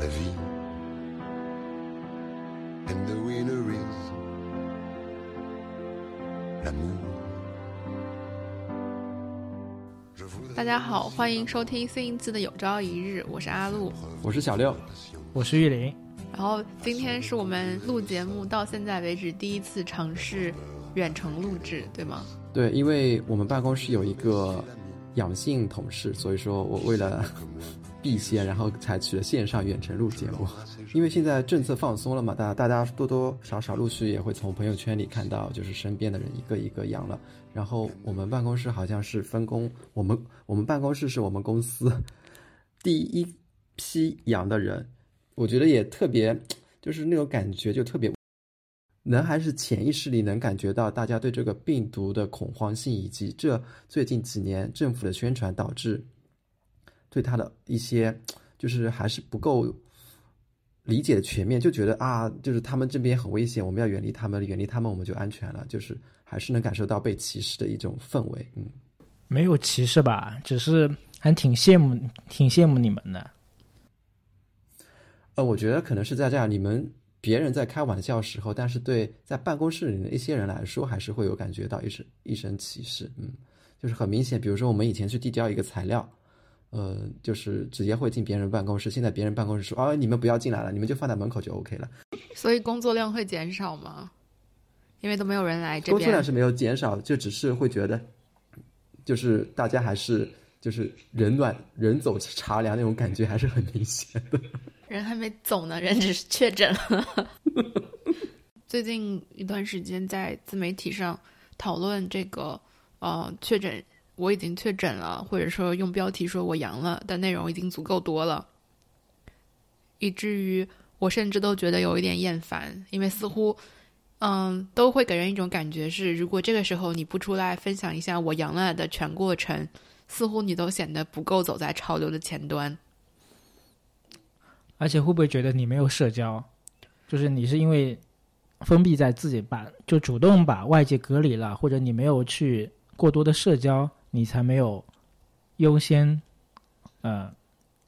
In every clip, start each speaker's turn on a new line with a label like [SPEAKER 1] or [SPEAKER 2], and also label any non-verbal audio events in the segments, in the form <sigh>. [SPEAKER 1] la vie. And the winner is l'amour. Je voudrais
[SPEAKER 2] 大家好，欢迎收听新一期的《有朝一日》，我是阿露。
[SPEAKER 3] 我是小六，
[SPEAKER 4] 我是玉林，
[SPEAKER 2] 然后今天是我们录节目到现在为止第一次尝试远程录制，对吗？
[SPEAKER 3] 对，因为我们办公室有一个阳性同事，所以说我为了避嫌，然后采取了线上远程录节目。因为现在政策放松了嘛，大大家多多少少陆续也会从朋友圈里看到，就是身边的人一个一个阳了。然后我们办公室好像是分工，我们我们办公室是我们公司 <laughs> 第一批阳的人，我觉得也特别，就是那种感觉就特别能还是潜意识里能感觉到大家对这个病毒的恐慌性，以及这最近几年政府的宣传导致对它的一些就是还是不够理解的全面，就觉得啊，就是他们这边很危险，我们要远离他们，远离他们我们就安全了，就是还是能感受到被歧视的一种氛围。嗯，
[SPEAKER 4] 没有歧视吧，只是还挺羡慕，挺羡慕你们的。
[SPEAKER 3] 呃，我觉得可能是在这样，你们别人在开玩笑时候，但是对在办公室里的一些人来说，还是会有感觉到一声一声歧视，嗯，就是很明显。比如说我们以前去递交一个材料，呃，就是直接会进别人办公室，现在别人办公室说啊，你们不要进来了，你们就放在门口就 OK 了。
[SPEAKER 2] 所以工作量会减少吗？因为都没有人来这
[SPEAKER 3] 工作量
[SPEAKER 2] 边。
[SPEAKER 3] 是没有减少，就只是会觉得，就是大家还是就是人暖人走茶凉那种感觉还是很明显的。
[SPEAKER 2] 人还没走呢，人只是确诊了。 <laughs> 最近一段时间在自媒体上讨论这个，呃，确诊我已经确诊了，或者说用标题说我阳了的内容已经足够多了，以至于我甚至都觉得有一点厌烦，因为似乎，嗯，都会给人一种感觉是，如果这个时候你不出来分享一下我阳了的全过程，似乎你都显得不够走在潮流的前端。
[SPEAKER 4] 而且会不会觉得你没有社交？就是你是因为封闭在自己把就主动把外界隔离了，或者你没有去过多的社交，你才没有优先呃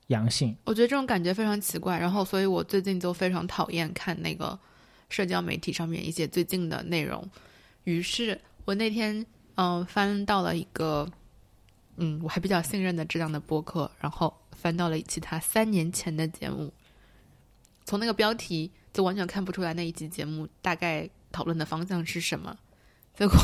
[SPEAKER 4] 阳性。
[SPEAKER 2] 我觉得这种感觉非常奇怪，然后所以我最近就非常讨厌看那个社交媒体上面一些最近的内容。于是我那天嗯、呃翻到了一个嗯我还比较信任的质量的播客，然后翻到了其他三年前的节目，从那个标题就完全看不出来那一期节目大概讨论的方向是什么。结果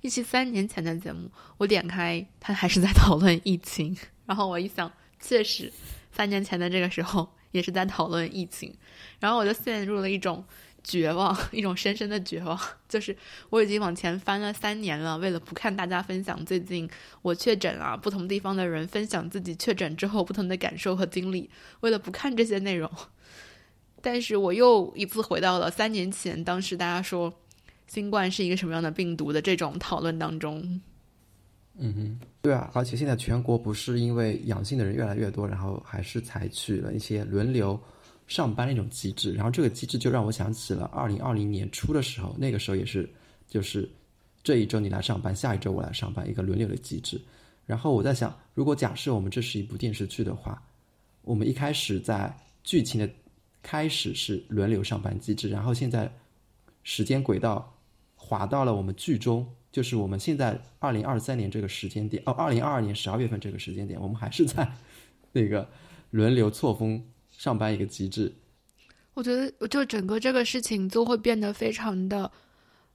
[SPEAKER 2] 一期三年前的节目，我点开它还是在讨论疫情，然后我一想，确实。三年前的这个时候也是在讨论疫情，然后我就陷入了一种绝望，一种深深的绝望，就是我已经往前翻了三年了，为了不看大家分享最近我确诊了、不同地方的人分享自己确诊之后不同的感受和经历，为了不看这些内容，但是我又一次回到了三年前，当时大家说新冠是一个什么样的病毒的这种讨论当中，
[SPEAKER 3] 嗯哼，对啊，而且现在全国不是因为阳性的人越来越多，然后还是采取了一些轮流上班那种机制，然后这个机制就让我想起了二零二零年初的时候，那个时候也是就是这一周你来上班，下一周我来上班，一个轮流的机制。然后我在想，如果假设我们这是一部电视剧的话，我们一开始在剧情的开始是轮流上班机制，然后现在时间轨道滑到了我们剧中，就是我们现在二零二三年这个时间点，哦，二零二二年十二月份这个时间点，我们还是在那个轮流错峰上班一个机制。
[SPEAKER 2] 我觉得，就整个这个事情就会变得非常的，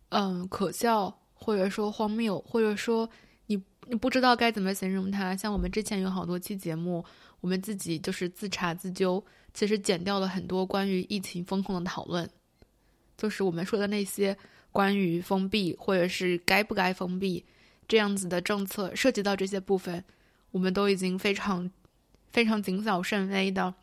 [SPEAKER 2] 嗯，可笑，或者说荒谬，或者说你你不知道该怎么形容它。像我们之前有好多期节目，我们自己就是自查自纠，其实剪掉了很多关于疫情风控的讨论，就是我们说的那些关于封闭或者是该不该封闭这样子的政策，涉及到这些部分，我们都已经非常非常谨小慎微的，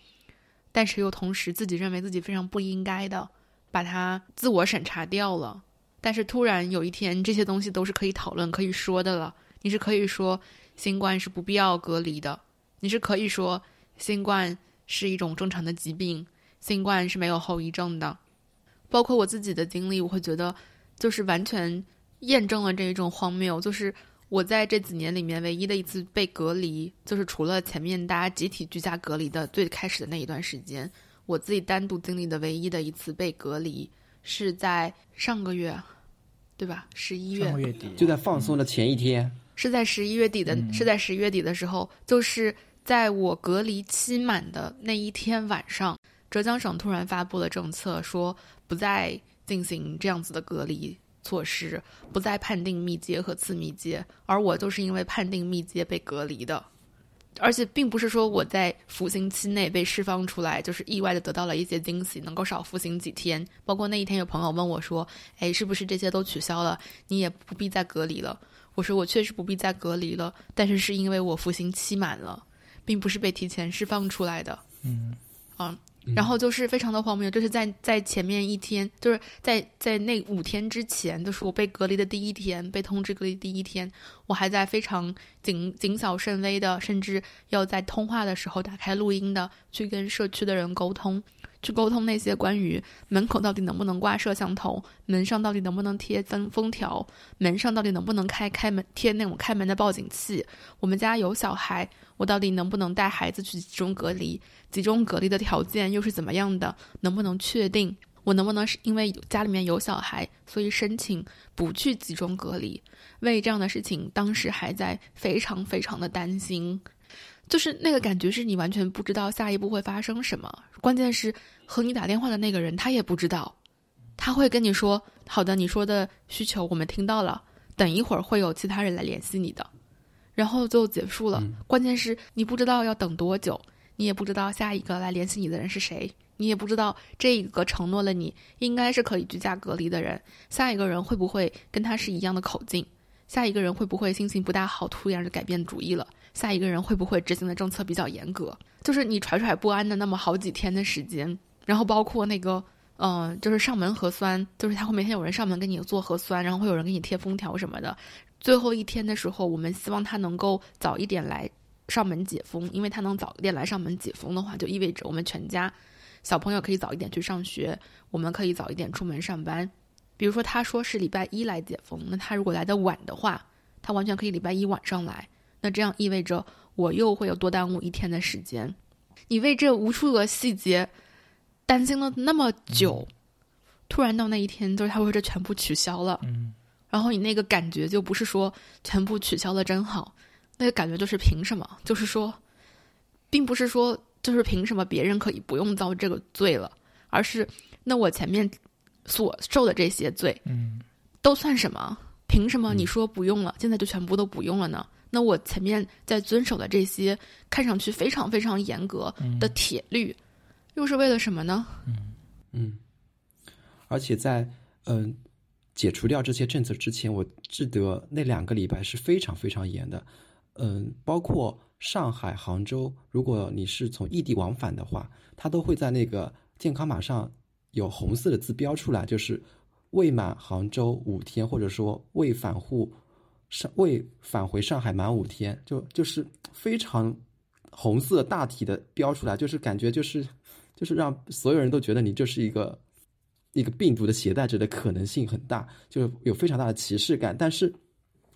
[SPEAKER 2] 但是又同时自己认为自己非常不应该的，把它自我审查掉了。但是突然有一天，这些东西都是可以讨论、可以说的了。你是可以说新冠是不必要隔离的，你是可以说新冠是一种正常的疾病，新冠是没有后遗症的。包括我自己的经历，我会觉得就是完全验证了这一种荒谬。就是我在这几年里面唯一的一次被隔离，就是除了前面大家集体居家隔离的最开始的那一段时间，我自己单独经历的唯一的一次被隔离是在上个月，对吧？十一月
[SPEAKER 4] 上个月底
[SPEAKER 3] 就在放松的前一天，
[SPEAKER 2] 是在十一月底的，是在十一月底的时候，就是在我隔离期满的那一天晚上，浙江省突然发布了政策，说不再进行这样子的隔离措施，不再判定密接和次密接，而我就是因为判定密接被隔离的。而且并不是说我在服刑期内被释放出来，就是意外的得到了一些惊喜，能够少服刑几天。包括那一天有朋友问我说：“哎，是不是这些都取消了，你也不必再隔离了？”我说我确实不必再隔离了，但是是因为我服刑期满了，并不是被提前释放出来的。
[SPEAKER 4] 嗯
[SPEAKER 2] 啊，然后就是非常的荒谬，就是在在前面一天，就是在在那五天之前，就是我被隔离的第一天，被通知隔离第一天，我还在非常谨谨小慎微的，甚至要在通话的时候打开录音的，去跟社区的人沟通，去沟通那些关于门口到底能不能挂摄像头，门上到底能不能贴封封条，门上到底能不能开开门贴那种开门的报警器，我们家有小孩，我到底能不能带孩子去集中隔离？集中隔离的条件又是怎么样的？能不能确定？我能不能是因为家里面有小孩，所以申请不去集中隔离？为这样的事情，当时还在非常非常的担心，就是那个感觉是你完全不知道下一步会发生什么。关键是和你打电话的那个人他也不知道，他会跟你说：“好的，你说的需求我们听到了，等一会儿会有其他人来联系你的。”然后就结束了。关键是你不知道要等多久，你也不知道下一个来联系你的人是谁，你也不知道这个承诺了你应该是可以居家隔离的人，下一个人会不会跟他是一样的口径？下一个人会不会心情不大好，突然就改变主意了？下一个人会不会执行的政策比较严格？就是你惴惴不安的那么好几天的时间，然后包括那个。嗯，就是上门核酸，就是他会每天有人上门给你做核酸，然后会有人给你贴封条什么的。最后一天的时候，我们希望他能够早一点来上门解封，因为他能早一点来上门解封的话，就意味着我们全家小朋友可以早一点去上学，我们可以早一点出门上班。比如说，他说是礼拜一来解封，那他如果来的晚的话，他完全可以礼拜一晚上来。那这样意味着我又会有多耽误一天的时间。你为这无数个细节担心了那么久，突然到那一天，就是他会说这全部取消了。
[SPEAKER 4] 嗯，
[SPEAKER 2] 然后你那个感觉就不是说全部取消的真好，那个感觉就是凭什么？就是说，并不是说就是凭什么别人可以不用遭这个罪了，而是那我前面所受的这些罪，
[SPEAKER 4] 嗯，
[SPEAKER 2] 都算什么？凭什么你说不用了，现在就全部都不用了呢？那我前面在遵守的这些看上去非常非常严格的
[SPEAKER 4] 嗯
[SPEAKER 2] 铁律，又是为了什么呢？
[SPEAKER 3] 嗯，而且在嗯、解除掉这些政策之前，我记得那两个礼拜是非常非常严的，嗯、包括上海、杭州，如果你是从异地往返的话，它都会在那个健康码上有红色的字标出来，就是未满杭州五天，或者说未返沪上未返回上海满五天，就就是非常红色大体的标出来，就是感觉就是就是让所有人都觉得你这是一个一个病毒的携带者的可能性很大，就是有非常大的歧视感。但是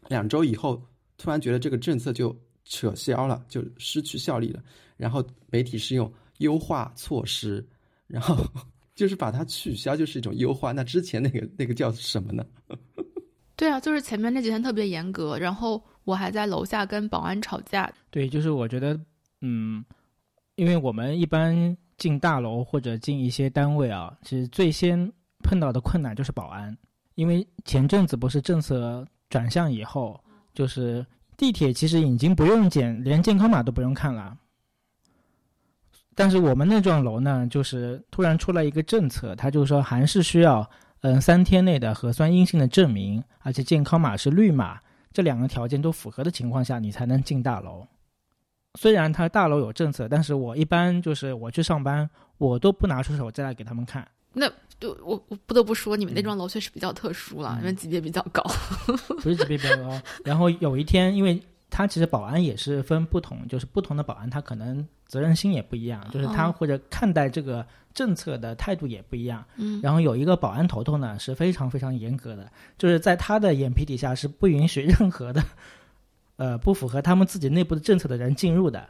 [SPEAKER 3] 两周以后，突然觉得这个政策就扯销了，就失去效力了。然后媒体是用优化措施，然后 <laughs> 就是把它取消，就是一种优化。那之前那个那个叫什么呢？
[SPEAKER 2] 对啊，就是前面那几天特别严格，然后我还在楼下跟保安吵架，
[SPEAKER 4] 对，就是我觉得，嗯，因为我们一般进大楼或者进一些单位啊，其实最先碰到的困难就是保安，因为前阵子不是政策转向以后，就是地铁其实已经不用检，连健康码都不用看了。但是我们那幢楼呢，就是突然出来一个政策，他就说还是需要嗯三天内的核酸阴性的证明，而且健康码是绿码，这两个条件都符合的情况下，你才能进大楼。虽然它大楼有政策，但是我一般就是我去上班，我都不拿出手机来给他们看。
[SPEAKER 2] 对，我我不得不说，你们那幢楼确实比较特殊了，
[SPEAKER 4] 嗯
[SPEAKER 2] 因为级别比较高。
[SPEAKER 4] 不是级别比较高。啊然后有一天，因为他其实保安也是分不同，就是不同的保安他可能责任心也不一样，就是他
[SPEAKER 2] 哦
[SPEAKER 4] 或者看待这个政策的态度也不一样。
[SPEAKER 2] 嗯，
[SPEAKER 4] 然后有一个保安头头呢是非常非常严格的，就是在他的眼皮底下是不允许任何的，呃，不符合他们自己内部的政策的人进入的。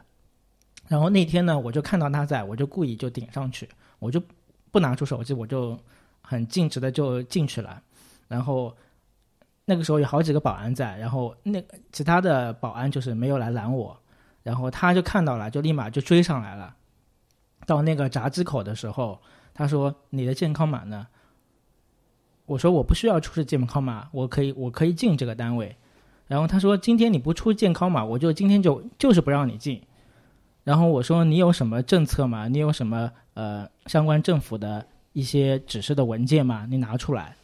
[SPEAKER 4] 然后那天呢，我就看到他在，我就故意就顶上去，我就不拿出手机，我就很径直的就进去了。然后那个时候有好几个保安在，然后那其他的保安就是没有来拦我，然后他就看到了，就立马就追上来了。到那个闸机口的时候，他说：“你的健康码呢？”我说：“我不需要出示健康码，我可以我可以进这个单位。”然后他说：“今天你不出健康码，我就今天就就是不让你进。”然后我说：“你有什么政策吗？你有什么呃相关政府的一些指示的文件吗？你拿出来。”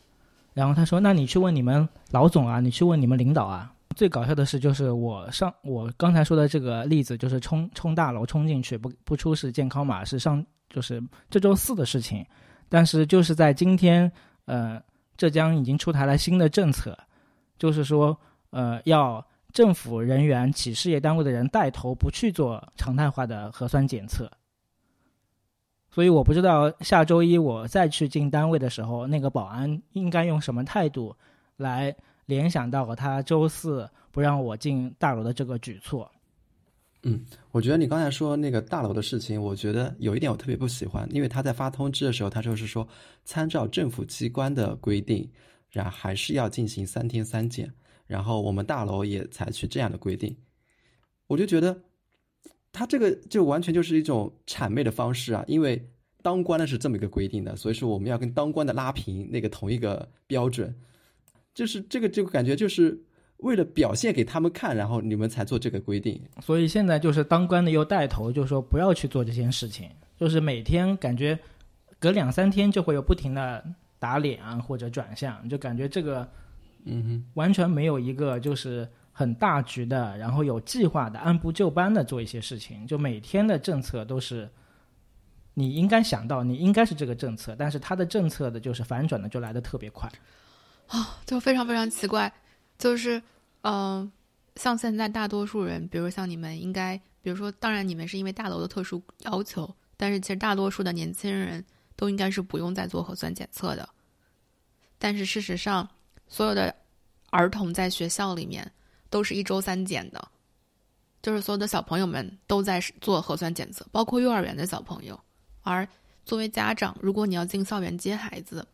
[SPEAKER 4] 然后他说：“那你去问你们老总啊，你去问你们领导啊。”最搞笑的是，就是我上我刚才说的这个例子，就是冲冲大楼冲进去不不出示健康码是上就是这周四的事情，但是就是在今天，呃，浙江已经出台了新的政策，就是说，呃，要政府人员、企事业单位的人带头不去做常态化的核酸检测。所以我不知道下周一我再去进单位的时候，那个保安应该用什么态度来联想到他周四不让我进大楼的这个举措。
[SPEAKER 3] 我觉得你刚才说那个大楼的事情，我觉得有一点我特别不喜欢，因为他在发通知的时候，他就是说参照政府机关的规定，然后还是要进行三天三检，然后我们大楼也采取这样的规定，我就觉得他这个就完全就是一种谄媚的方式啊，因为当官的是这么一个规定的，所以说我们要跟当官的拉平那个同一个标准，就是这个就感觉就是为了表现给他们看，然后你们才做这个规定。
[SPEAKER 4] 所以现在就是当官的又带头，就说不要去做这件事情，就是每天感觉隔两三天就会有不停的打脸啊或者转向，就感觉这个
[SPEAKER 3] 嗯哼。
[SPEAKER 4] 完全没有一个就是很大局的，然后有计划的、按部就班的做一些事情。就每天的政策都是你应该想到，你应该是这个政策，但是他的政策的就是反转的就来的特别快。
[SPEAKER 2] 就非常非常奇怪，就是嗯、呃像现在大多数人，比如像你们应该，比如说，当然你们是因为大楼的特殊要求，但是其实大多数的年轻人都应该是不用再做核酸检测的。但是事实上，所有的儿童在学校里面都是一周三检的，就是所有的小朋友们都在做核酸检测，包括幼儿园的小朋友。而作为家长，如果你要进校园接孩子，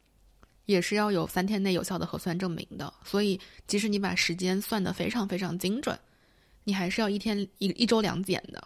[SPEAKER 2] 也是要有三天内有效的核酸证明的。所以，即使你把时间算得非常非常精准，你还是要一天一一周两检的。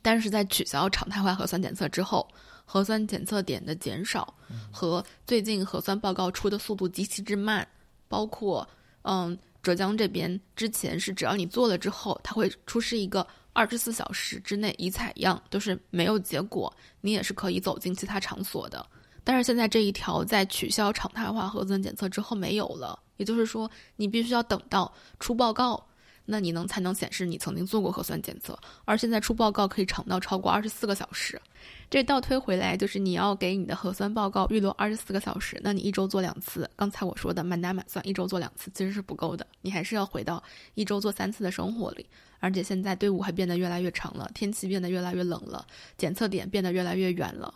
[SPEAKER 2] 但是在取消常态化核酸检测之后，核酸检测点的减少和最近核酸报告出的速度极其之慢，包括嗯浙江这边之前是只要你做了之后，它会出示一个二十四小时之内已采样，就是没有结果，你也是可以走进其他场所的。但是现在这一条在取消常态化核酸检测之后没有了，也就是说，你必须要等到出报告，那你能才能显示你曾经做过核酸检测。而现在出报告可以长到超过二十四个小时，这倒推回来就是你要给你的核酸报告预留二十四个小时，那你一周做两次。刚才我说的满打满算一周做两次其实是不够的，你还是要回到一周做三次的生活里。而且现在队伍还变得越来越长了，天气变得越来越冷了，检测点变得越来越远了。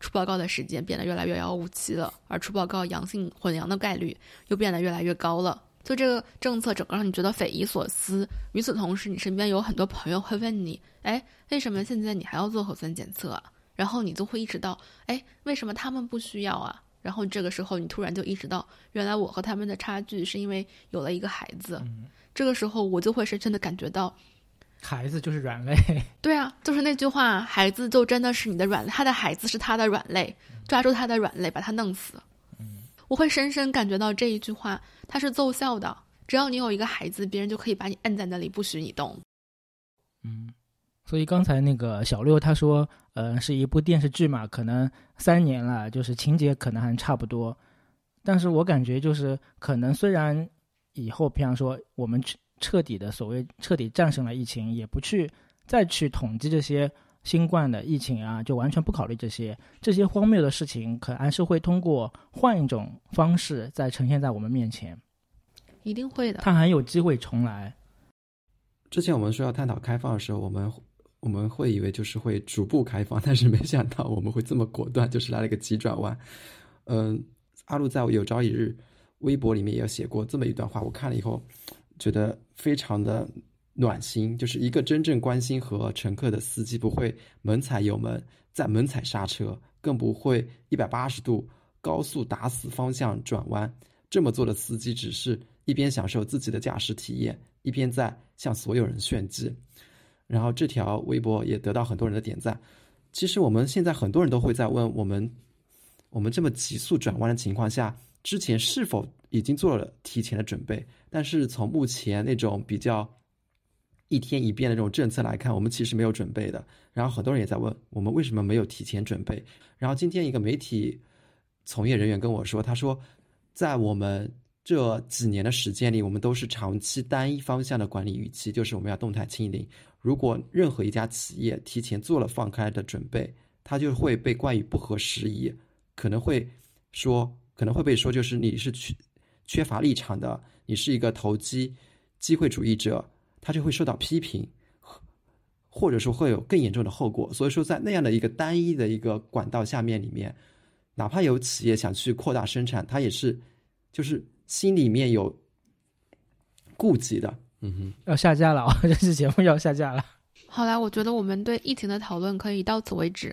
[SPEAKER 2] 出报告的时间变得越来越遥遥无期了，而出报告阳性混阳的概率又变得越来越高了。就这个政策整个让你觉得匪夷所思。与此同时，你身边有很多朋友会问你：“哎，为什么现在你还要做核酸检测啊？”然后你就会意识到：“哎，为什么他们不需要啊？”然后这个时候，你突然就意识到，原来我和他们的差距是因为有了一个孩子。这个时候，我就会深深的感觉到，
[SPEAKER 4] 孩子就是软肋，
[SPEAKER 2] 对啊，就是那句话，孩子就真的是你的软肋，他的孩子是他的软肋，抓住他的软肋，把他弄死。我会深深感觉到这一句话，它是奏效的。只要你有一个孩子，别人就可以把你摁在那里，不许你动。
[SPEAKER 4] 嗯，所以刚才那个小六他说，呃，是一部电视剧嘛，可能三年了，就是情节可能还差不多，但是我感觉就是可能虽然以后，比方说我们彻彻底的所谓彻底战胜了疫情，也不去再去统计这些新冠的疫情啊，就完全不考虑这些这些荒谬的事情，可还是会通过换一种方式再呈现在我们面前，
[SPEAKER 2] 一定会的。
[SPEAKER 4] 它很有机会重来。
[SPEAKER 3] 之前我们说要探讨开放的时候，我们我们会以为就是会逐步开放， <laughs> 但是没想到我们会这么果断，就是来了一个急转弯。嗯，阿路在我有朝一日微博里面也有写过这么一段话，我看了以后觉得非常的暖心，就是一个真正关心和乘客的司机不会猛踩油门，再猛踩刹车，更不会一百八十度高速打死方向转弯。这么做的司机只是一边享受自己的驾驶体验，一边在向所有人炫技。然后这条微博也得到很多人的点赞。其实我们现在很多人都会在问我们，我们这么急速转弯的情况下，之前是否已经做了提前的准备？但是从目前那种比较一天一变的这种政策来看，我们其实没有准备的。然后很多人也在问我们为什么没有提前准备。然后今天一个媒体从业人员跟我说，他说。在我们这几年的时间里，我们都是长期单一方向的管理预期，就是我们要动态清零。如果任何一家企业提前做了放开的准备，它就会被冠以不合时宜，可能会说，可能会被说就是你是缺缺乏立场的，你是一个投机机会主义者，他就会受到批评，或者说会有更严重的后果。所以说，在那样的一个单一的一个管道下面里面。哪怕有企业想去扩大生产，它也是，就是心里面有顾忌的。嗯哼，
[SPEAKER 4] 要下架了、哦， <laughs> 这期节目要下架了。
[SPEAKER 2] 好啦，我觉得我们对疫情的讨论可以到此为止，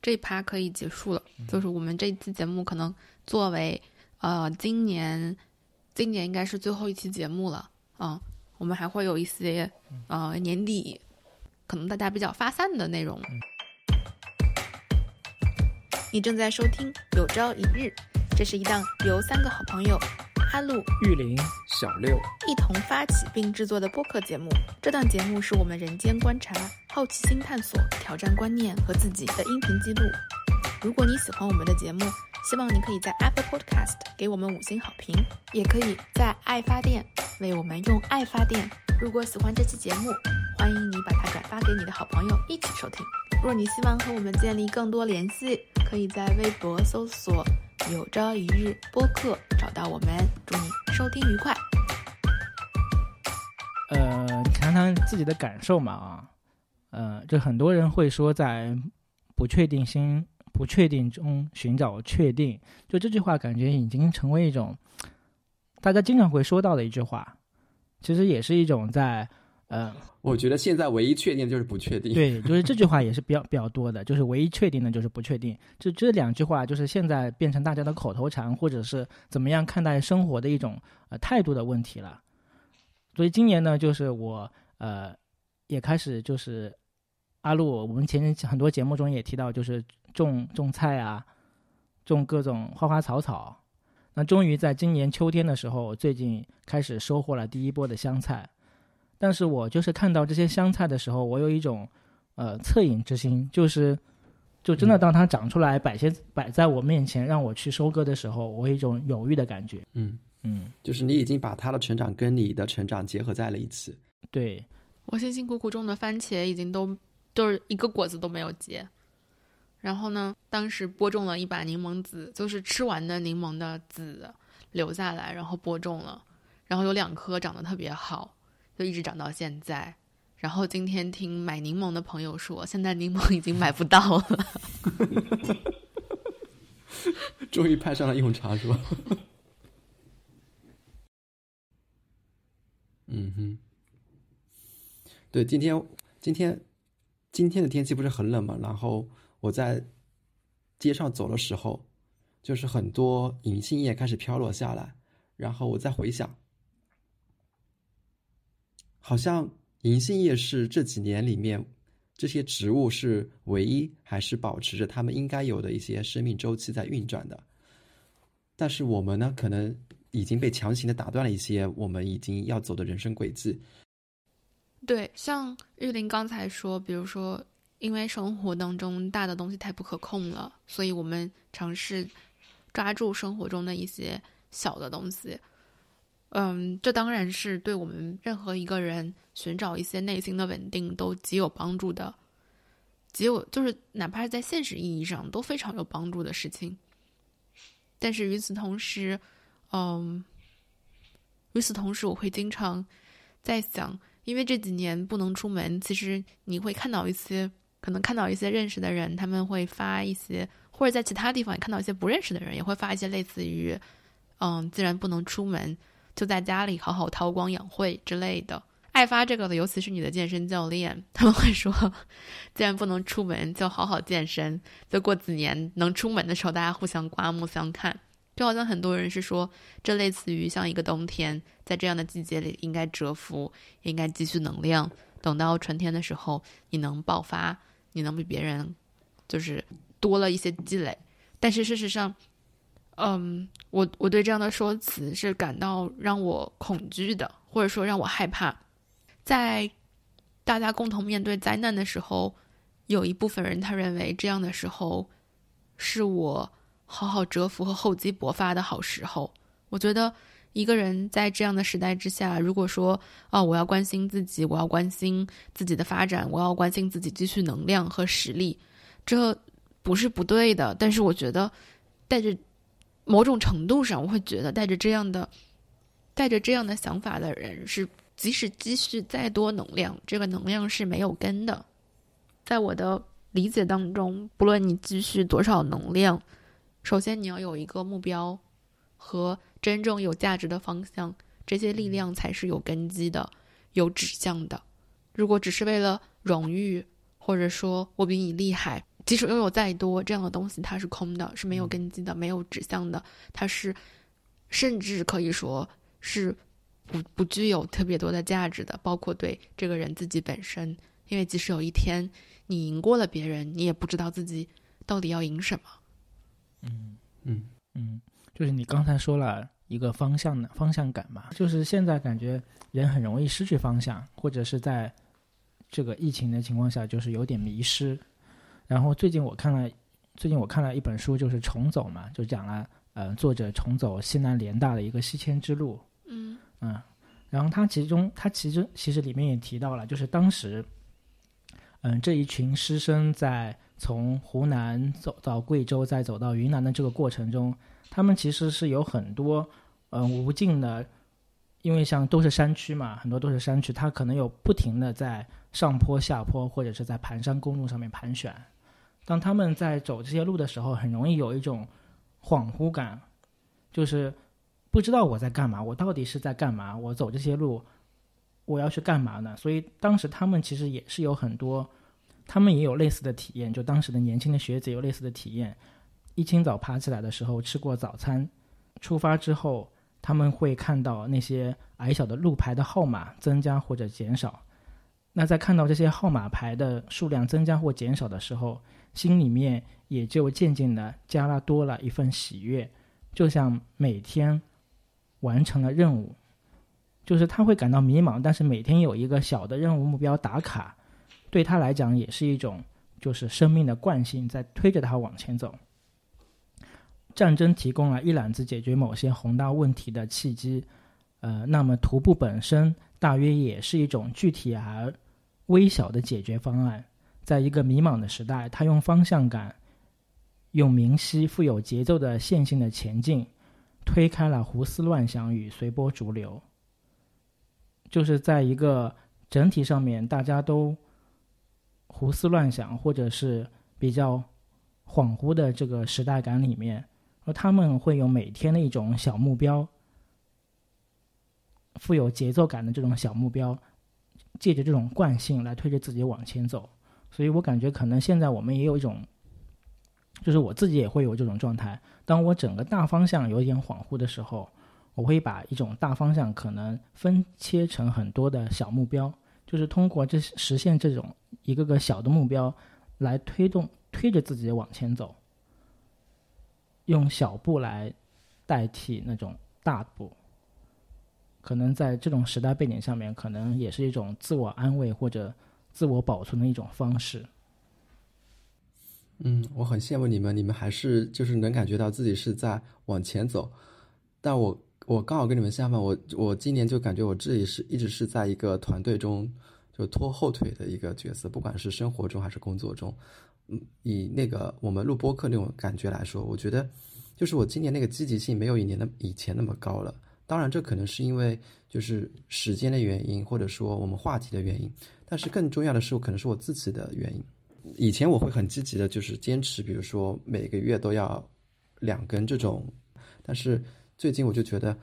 [SPEAKER 2] 这一趴可以结束了。就是我们这期节目可能作为呃今年，今年应该是最后一期节目了啊、嗯。我们还会有一些呃年底可能大家比较发散的内容。嗯你正在收听《有朝一日》，这是一档由三个好朋友哈鲁、
[SPEAKER 4] 玉林、
[SPEAKER 3] 小六
[SPEAKER 2] 一同发起并制作的播客节目。这档节目是我们人间观察、好奇心探索、挑战观念和自己的音频记录。如果你喜欢我们的节目，希望你可以在 Apple Podcast 给我们五星好评，也可以在爱发电为我们用爱发电。如果喜欢这期节目，欢迎你把它转发给你的好朋友一起收听。若你希望和我们建立更多联系，可以在微博搜索“有朝一日播客”找到我们。祝你收听愉快。
[SPEAKER 4] 呃，谈谈自己的感受嘛啊，呃，就很多人会说，在不确定新不确定中寻找确定，就这句话感觉已经成为一种大家经常会说到的一句话，其实也是一种在。呃，
[SPEAKER 3] 我觉得现在唯一确定就是不确定。
[SPEAKER 4] 对，就是这句话也是比较比较多的，就是唯一确定的就是不确定。就这两句话，就是现在变成大家的口头禅，或者是怎么样看待生活的一种呃态度的问题了。所以今年呢，就是我呃也开始就是阿路，我们前很多节目中也提到，就是种种菜啊，种各种花花草草。那终于在今年秋天的时候，最近开始收获了第一波的香菜。但是我就是看到这些香菜的时候，我有一种，呃，恻隐之心，就是，就真的当它长出来摆些摆在我面前，让我去收割的时候，我有一种犹豫的感觉。
[SPEAKER 3] 嗯
[SPEAKER 4] 嗯，
[SPEAKER 3] 就是你已经把它的成长跟你的成长结合在了一起。
[SPEAKER 4] 对，
[SPEAKER 2] 我辛辛苦苦种的番茄已经都就是一个果子都没有结，然后呢，当时播种了一把柠檬籽，就是吃完的柠檬的籽留下来，然后播种了，然后有两颗长得特别好。就一直涨到现在，然后今天听买柠檬的朋友说，现在柠檬已经买不到了，
[SPEAKER 3] 终于派上了用场，是吧？嗯哼，对，今天今天今天的天气不是很冷嘛，然后我在街上走的时候，就是很多银杏叶开始飘落下来，然后我在回想。好像银杏叶是这几年里面，这些植物是唯一还是保持着它们应该有的一些生命周期在运转的。但是我们呢，可能已经被强行的打断了一些我们已经要走的人生轨迹。
[SPEAKER 2] 对，像玉林刚才说，比如说，因为生活当中大的东西太不可控了，所以我们尝试抓住生活中的一些小的东西。嗯，这当然是对我们任何一个人寻找一些内心的稳定都极有帮助的，极有就是哪怕是在现实意义上都非常有帮助的事情。但是与此同时，嗯，与此同时，我会经常在想，因为这几年不能出门，其实你会看到一些可能看到一些认识的人，他们会发一些，或者在其他地方也看到一些不认识的人也会发一些类似于，嗯，既然不能出门，就在家里好好韬光养晦之类的。爱发这个的，尤其是你的健身教练，他们会说， <laughs> 既然不能出门，就好好健身。就过几年能出门的时候，大家互相刮目相看。就好像很多人是说，这类似于像一个冬天，在这样的季节里应该蛰伏，应该积蓄能量，等到春天的时候，你能爆发，你能比别人就是多了一些积累。但是事实上，嗯，我我对这样的说辞是感到让我恐惧的，或者说让我害怕。在大家共同面对灾难的时候，有一部分人他认为这样的时候是我好好蛰伏和厚积薄发的好时候。我觉得一个人在这样的时代之下，如果说啊、我要关心自己，我要关心自己的发展，我要关心自己积蓄能量和实力，这不是不对的。但是我觉得带着某种程度上，我会觉得带着这样的带着这样的想法的人是即使积蓄再多能量，这个能量是没有根的。在我的理解当中，不论你积蓄多少能量，首先你要有一个目标和真正有价值的方向，这些力量才是有根基的、有指向的。如果只是为了荣誉，或者说我比你厉害，即使拥有再多，这样的东西它是空的，是没有根基的、没有指向的，它是甚至可以说是不不具有特别多的价值的，包括对这个人自己本身，因为即使有一天你赢过了别人，你也不知道自己到底要赢什么。
[SPEAKER 4] 嗯
[SPEAKER 3] 嗯
[SPEAKER 4] 嗯，就是你刚才说了一个方向的方向感嘛，就是现在感觉人很容易失去方向，或者是在这个疫情的情况下，就是有点迷失。然后最近我看了，最近我看了一本书，就是《重走》嘛，就讲了呃作者重走西南联大的一个西迁之路，
[SPEAKER 2] 嗯
[SPEAKER 4] 嗯，然后他其中他其实其实里面也提到了，就是当时，嗯，这一群师生在从湖南走到贵州，再走到云南的这个过程中，他们其实是有很多嗯无尽的，因为像都是山区嘛，很多都是山区，它可能有不停的在上坡、下坡，或者是在盘山公路上面盘旋。当他们在走这些路的时候，很容易有一种恍惚感，就是不知道我在干嘛，我到底是在干嘛？我走这些路，我要去干嘛呢？所以当时他们其实也是有很多，他们也有类似的体验，就当时的年轻的学姐有类似的体验。一清早爬起来的时候，吃过早餐，出发之后，他们会看到那些矮小的路牌的号码增加或者减少。那在看到这些号码牌的数量增加或减少的时候，心里面也就渐渐的加了多了一份喜悦，就像每天完成了任务，就是他会感到迷茫，但是每天有一个小的任务目标打卡，对他来讲也是一种就是生命的惯性在推着他往前走。战争提供了一揽子解决某些宏大问题的契机，呃，那么徒步本身大约也是一种具体而微小的解决方案。在一个迷茫的时代，他用方向感，用明晰、富有节奏的线性的前进，推开了胡思乱想与随波逐流，就是在一个整体上面大家都胡思乱想或者是比较恍惚的这个时代感里面，而他们会有每天的一种小目标，富有节奏感的这种小目标，借着这种惯性来推着自己往前走，所以我感觉可能现在我们也有一种。就是我自己也会有这种状态，当我整个大方向有一点恍惚的时候，我会把一种大方向可能分切成很多的小目标，就是通过这实现这种一个个小的目标，来推动推着自己往前走，用小步来代替那种大步。可能在这种时代背景下面，可能也是一种自我安慰或者自我保存的一种方式。
[SPEAKER 3] 嗯，我很羡慕你们，你们还是就是能感觉到自己是在往前走，但我我刚好跟你们相反，我我今年就感觉我自己是一直是在一个团队中就拖后腿的一个角色，不管是生活中还是工作中。嗯，以那个我们录播课那种感觉来说，我觉得就是我今年那个积极性没有以年的以前那么高了。当然，这可能是因为就是时间的原因，或者说我们话题的原因。但是更重要的是，可能是我自己的原因。以前我会很积极的，就是坚持，比如说每个月都要两根这种。但是最近我就觉得，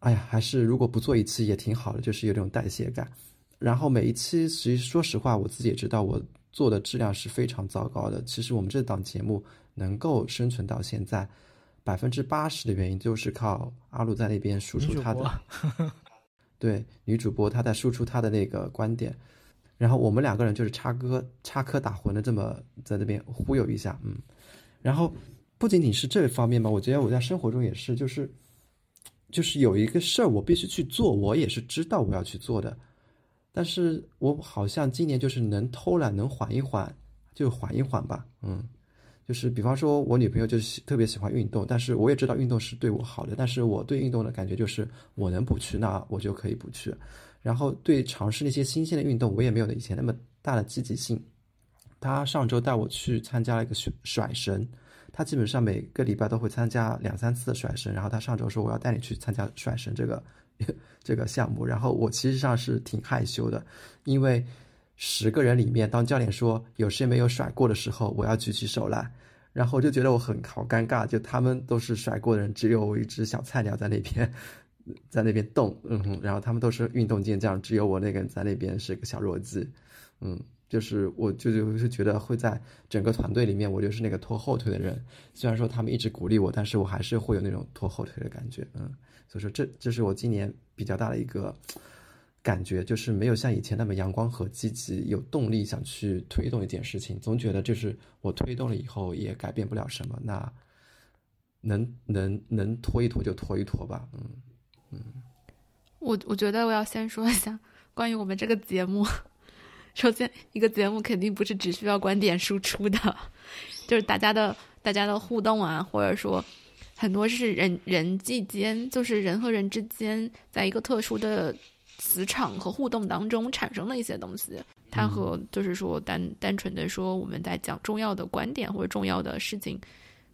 [SPEAKER 3] 哎呀，还是如果不做一期也挺好的，就是有这种代谢感。然后每一期，其实说实话，我自己也知道我做的质量是非常糟糕的。其实我们这档节目能够生存到现在，百分之八十的原因就是靠阿鲁在那边输出他的。对女主播，她在输出她的那个观点，然后我们两个人就是插科插科打诨的这么在那边忽悠一下，嗯，然后不仅仅是这方面吧，我觉得我在生活中也是，就是就是有一个事儿我必须去做，我也是知道我要去做的，但是我好像今年就是能偷懒，能缓一缓就缓一缓吧，嗯。就是比方说，我女朋友就是喜特别喜欢运动，但是我也知道运动是对我好的，但是我对运动的感觉就是我能不去，那我就可以不去。然后对尝试那些新鲜的运动，我也没有以前那么大的积极性。她上周带我去参加了一个甩甩绳，她基本上每个礼拜都会参加两三次的甩绳。然后她上周说我要带你去参加甩绳这个 <laughs> 这个项目，然后我其实上是挺害羞的，因为。十个人里面，当教练说有谁没有甩过的时候，我要举起手来，然后我就觉得我很好尴尬，就他们都是甩过的人，只有我一只小菜鸟在那边， <laughs> 在那边动，嗯哼，然后他们都是运动健将，只有我那个人在那边是个小弱鸡，嗯，就是我就就是觉得会在整个团队里面，我就是那个拖后腿的人，虽然说他们一直鼓励我，但是我还是会有那种拖后腿的感觉，嗯，所以说这这是我今年比较大的一个。感觉就是没有像以前那么阳光和积极，有动力想去推动一件事情，总觉得就是我推动了以后也改变不了什么，那能能能拖一拖就拖一拖吧，嗯嗯。
[SPEAKER 2] 我我觉得我要先说一下 <laughs> 关于我们这个节目， <laughs> 首先一个节目肯定不是只需要观点输出的，就是大家的大家的互动啊，或者说。很多是人人际间，就是人和人之间，在一个特殊的磁场和互动当中产生了一些东西。它和就是说单单纯的说我们在讲重要的观点或者重要的事情，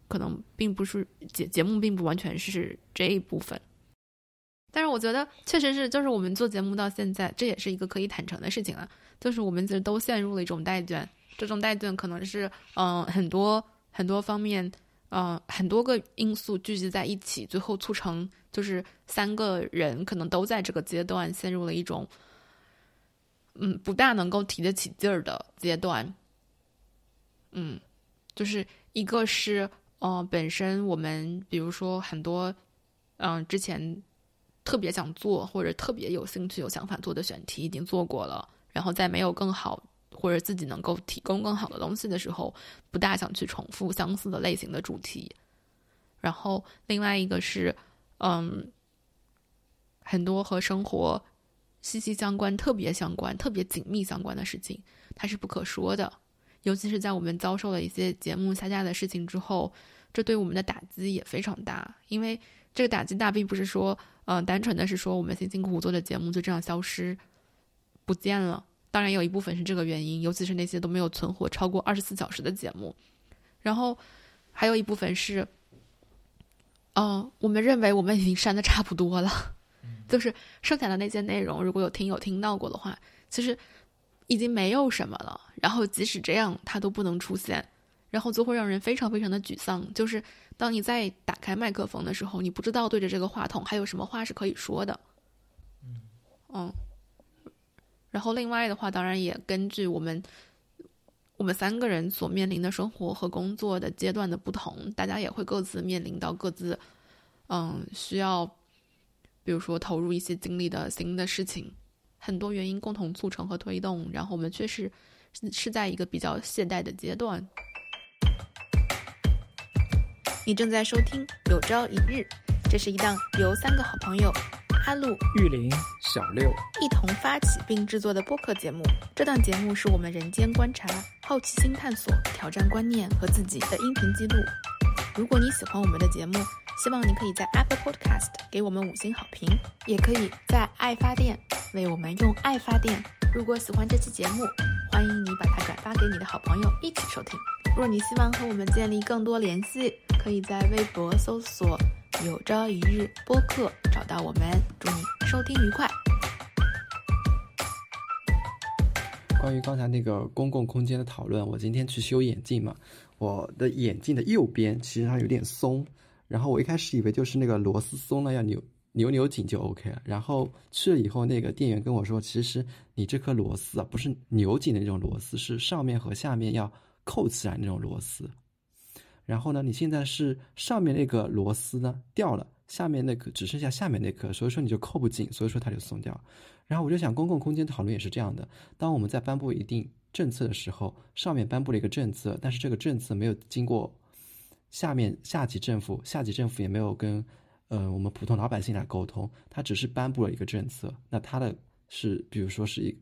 [SPEAKER 2] 可能并不是节节目并不完全是这一部分。但是我觉得确实是，就是我们做节目到现在，这也是一个可以坦诚的事情了。就是我们其实都陷入了一种怠倦，这种怠倦可能是嗯、呃、很多很多方面。呃，很多个因素聚集在一起，最后促成就是三个人可能都在这个阶段陷入了一种，嗯，不大能够提得起劲儿的阶段。嗯，就是一个是呃，本身我们比如说很多，嗯、呃，之前特别想做或者特别有兴趣、有想法做的选题已经做过了，然后再没有更好。或者自己能够提供更好的东西的时候，不大想去重复相似的类型的主题。然后另外一个是，嗯，很多和生活息息相关、特别相关、特别紧密相关的事情，它是不可说的。尤其是在我们遭受了一些节目下架的事情之后，这对我们的打击也非常大。因为这个打击大，并不是说，嗯、呃，单纯的是说我们辛辛苦苦做的节目就这样消失不见了。当然有一部分是这个原因，尤其是那些都没有存活超过二十四小时的节目。然后还有一部分是，嗯、呃，我们认为我们已经删的差不多了，就是剩下的那些内容，如果有听友听到过的话，其实已经没有什么了。然后即使这样，它都不能出现，然后就会让人非常非常的沮丧。就是当你在打开麦克风的时候，你不知道对着这个话筒还有什么话是可以说的。嗯。嗯然后，另外的话，当然也根据我们我们三个人所面临的生活和工作的阶段的不同，大家也会各自面临到各自，嗯，需要，比如说投入一些精力的新的事情，很多原因共同促成和推动。然后我们确实是在一个比较懈怠的阶段。你正在收听《有朝一日》，这是一档由三个好朋友。哈喽，
[SPEAKER 4] 玉林、
[SPEAKER 3] 小六
[SPEAKER 2] 一同发起并制作的播客节目。这档节目是我们人间观察、好奇心探索、挑战观念和自己的音频记录。如果你喜欢我们的节目，希望你可以在 Apple Podcast 给我们五星好评，也可以在爱发电为我们用爱发电。如果喜欢这期节目，欢迎你把它转发给你的好朋友一起收听。若你希望和我们建立更多联系，可以在微博搜索“有朝一日播客”找到我们。祝你收听愉快！
[SPEAKER 3] 关于刚才那个公共空间的讨论，我今天去修眼镜嘛，我的眼镜的右边其实它有点松，然后我一开始以为就是那个螺丝松了要扭扭扭紧就 OK 了，然后去了以后，那个店员跟我说，其实你这颗螺丝啊不是扭紧的那种螺丝，是上面和下面要扣起来那种螺丝。然后呢，你现在是上面那个螺丝呢掉了，下面那个只剩下下面那颗，所以说你就扣不紧，所以说它就松掉了。然后我就想，公共空间讨论也是这样的，当我们在颁布一定政策的时候，上面颁布了一个政策，但是这个政策没有经过下面下级政府，下级政府也没有跟呃我们普通老百姓来沟通，他只是颁布了一个政策，那他的是比如说是一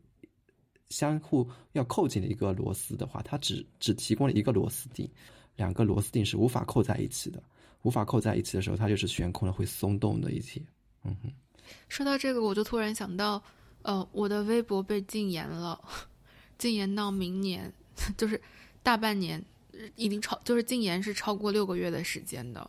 [SPEAKER 3] 相互要扣紧的一个螺丝的话，它只只提供了一个螺丝钉，两个螺丝钉是无法扣在一起的，无法扣在一起的时候，它就是悬空了，会松动的一些。嗯哼，
[SPEAKER 2] 说到这个，我就突然想到，呃，我的微博被禁言了， <laughs> 禁言到明年， <laughs> 就是大半年，已经超，就是禁言是超过六个月的时间的。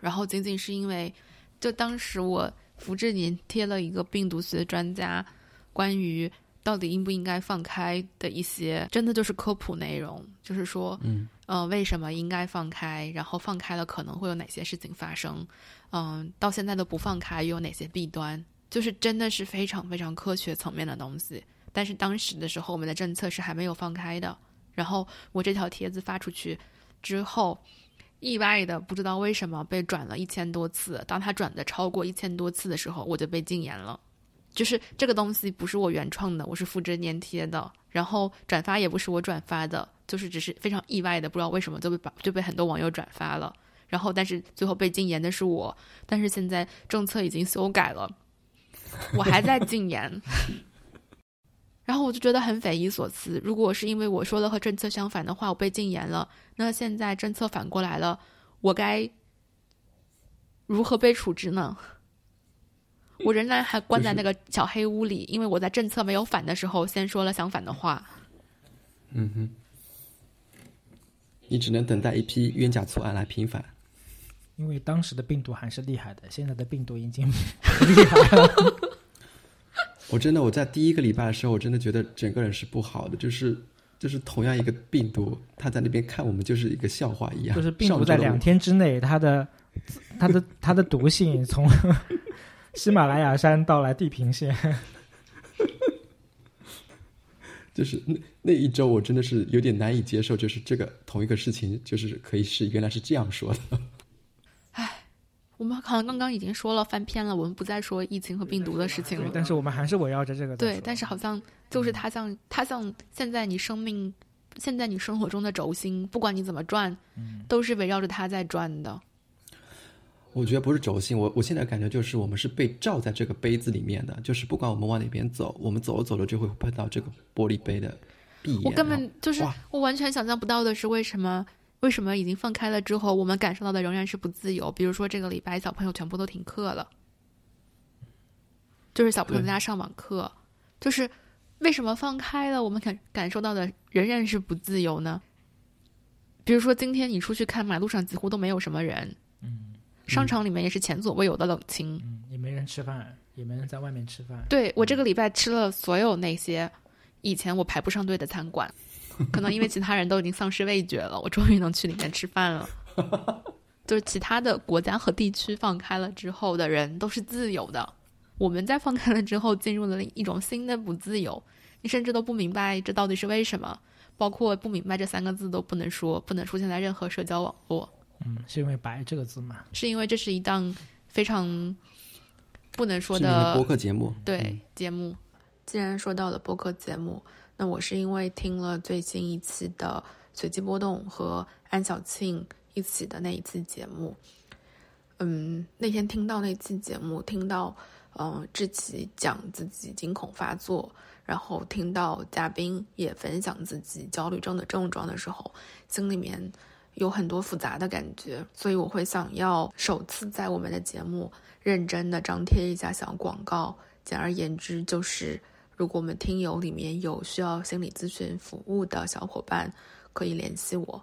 [SPEAKER 2] 然后仅仅是因为，就当时我福志年贴了一个病毒学专家关于到底应不应该放开的一些，真的就是科普内容，就是说，
[SPEAKER 3] 嗯，
[SPEAKER 2] 呃，为什么应该放开，然后放开了可能会有哪些事情发生，嗯、到现在的不放开又有哪些弊端，就是真的是非常非常科学层面的东西。但是当时的时候，我们的政策是还没有放开的。然后我这条帖子发出去之后，意外的不知道为什么被转了一千多次。当他转的超过一千多次的时候，我就被禁言了。就是这个东西不是我原创的，我是复制粘贴的，然后转发也不是我转发的，就是只是非常意外的，不知道为什么就被把就被很多网友转发了。然后，但是最后被禁言的是我，但是现在政策已经修改了，我还在禁言。 <laughs> 然后我就觉得很匪夷所思。如果是因为我说了和政策相反的话，我被禁言了，那现在政策反过来了，我该如何被处置呢？我仍然还关在那个小黑屋里，因为我在政策没有反的时候先说了相反的话。
[SPEAKER 3] 嗯哼，你只能等待一批冤假错案来平反。
[SPEAKER 4] 因为当时的病毒还是厉害的，现在的病毒已经不厉害了。
[SPEAKER 3] 我真的我在第一个礼拜的时候，我真的觉得整个人是不好的，就是就是同样一个病毒，他在那边看我们就是一个笑话一样。
[SPEAKER 4] 就是病毒
[SPEAKER 3] 上周
[SPEAKER 4] 在
[SPEAKER 3] 的我
[SPEAKER 4] 两天之内，它的它的它的毒性
[SPEAKER 3] <laughs>
[SPEAKER 4] 从喜马拉雅山到来地平线，
[SPEAKER 3] 就是那那一周，我真的是有点难以接受，就是这个同一个事情，就是可以是原来是这样说的。 <laughs>
[SPEAKER 2] 我们好像刚刚已经说了翻篇了，我们不再说疫情和病毒的事情
[SPEAKER 4] 对
[SPEAKER 2] 了。
[SPEAKER 4] 但是我们还是围绕着这个在
[SPEAKER 2] 对
[SPEAKER 4] 说，
[SPEAKER 2] 但是好像就是它像它像现在你生命，现在你生活中的轴心，不管你怎么转，都是围绕着它在转的。
[SPEAKER 3] 我觉得不是轴心，我我现在感觉就是我们是被罩在这个杯子里面的，就是不管我们往哪边走，我们走着走着就会碰到这个玻璃杯的壁眼。
[SPEAKER 2] 我根
[SPEAKER 3] 然后
[SPEAKER 2] 本就是
[SPEAKER 3] 哇
[SPEAKER 2] 我完全想象不到的是，为什么为什么已经放开了之后，我们感受到的仍然是不自由？比如说这个礼拜小朋友全部都停课了，就是小朋友在家上网课，就是为什么放开了，我们感感受到的仍然是不自由呢？比如说今天你出去看马路上几乎都没有什么人，商场里面也是前所未有的冷清，
[SPEAKER 4] 嗯也没人吃饭，也没人在外面吃饭。
[SPEAKER 2] 对我这个礼拜吃了所有那些以前我排不上队的餐馆，可能因为其他人都已经丧失味觉了，我终于能去里面吃饭了。就是其他的国家和地区放开了之后的人都是自由的，我们在放开了之后进入了一种新的不自由，你甚至都不明白这到底是为什么，包括不明白这三个字都不能说，不能出现在任何社交网络。
[SPEAKER 4] 嗯，是因为“白”这个字嘛？
[SPEAKER 2] 是因为这是一档非常不能说
[SPEAKER 3] 知名的
[SPEAKER 2] 的
[SPEAKER 3] 播客节目，
[SPEAKER 2] 对节目。嗯既然说到了播客节目，那我是因为听了最新一期的随机波动和安小庆一起的那一期节目，嗯，那天听到那期节目，听到嗯志奇讲自己惊恐发作，然后听到嘉宾也分享自己焦虑症的症状的时候，心里面有很多复杂的感觉，所以我会想要首次在我们的节目认真的张贴一下小广告。简而言之，就是如果我们听友里面有需要心理咨询服务的小伙伴，可以联系我。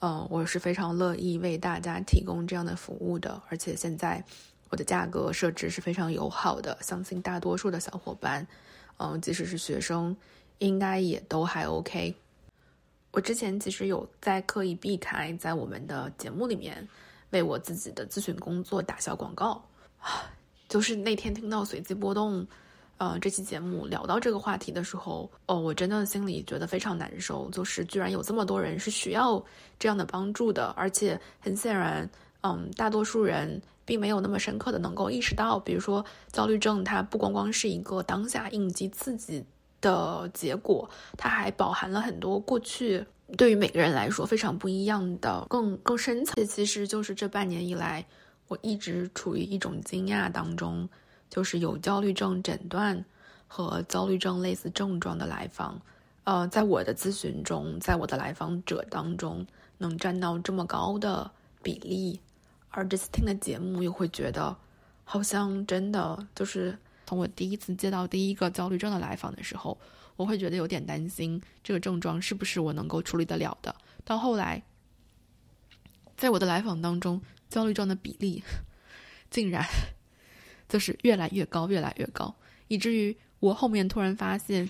[SPEAKER 2] 嗯，我是非常乐意为大家提供这样的服务的，而且现在我的价格设置是非常友好的，相信大多数的小伙伴，嗯，即使是学生，应该也都还 OK。我之前其实有在刻意避开在我们的节目里面为我自己的咨询工作打小广告，啊就是那天听到随机波动，呃，这期节目聊到这个话题的时候，哦，我真的心里觉得非常难受，就是居然有这么多人是需要这样的帮助的，而且很显然，嗯，大多数人并没有那么深刻的能够意识到，比如说焦虑症，它不光光是一个当下应激刺激的结果，它还饱含了很多过去对于每个人来说非常不一样的、更更深层。这其实就是这半年以来，我一直处于一种惊讶当中，就是有焦虑症诊断和焦虑症类似症状的来访，呃，在我的咨询中，在我的来访者当中，能占到这么高的比例，而这次听的节目又会觉得，好像真的就是从我第一次接到第一个焦虑症的来访的时候，我会觉得有点担心这个症状是不是我能够处理得了的。到后来，在我的来访当中，焦虑症的比例竟然就是越来越高，越来越高，以至于我后面突然发现，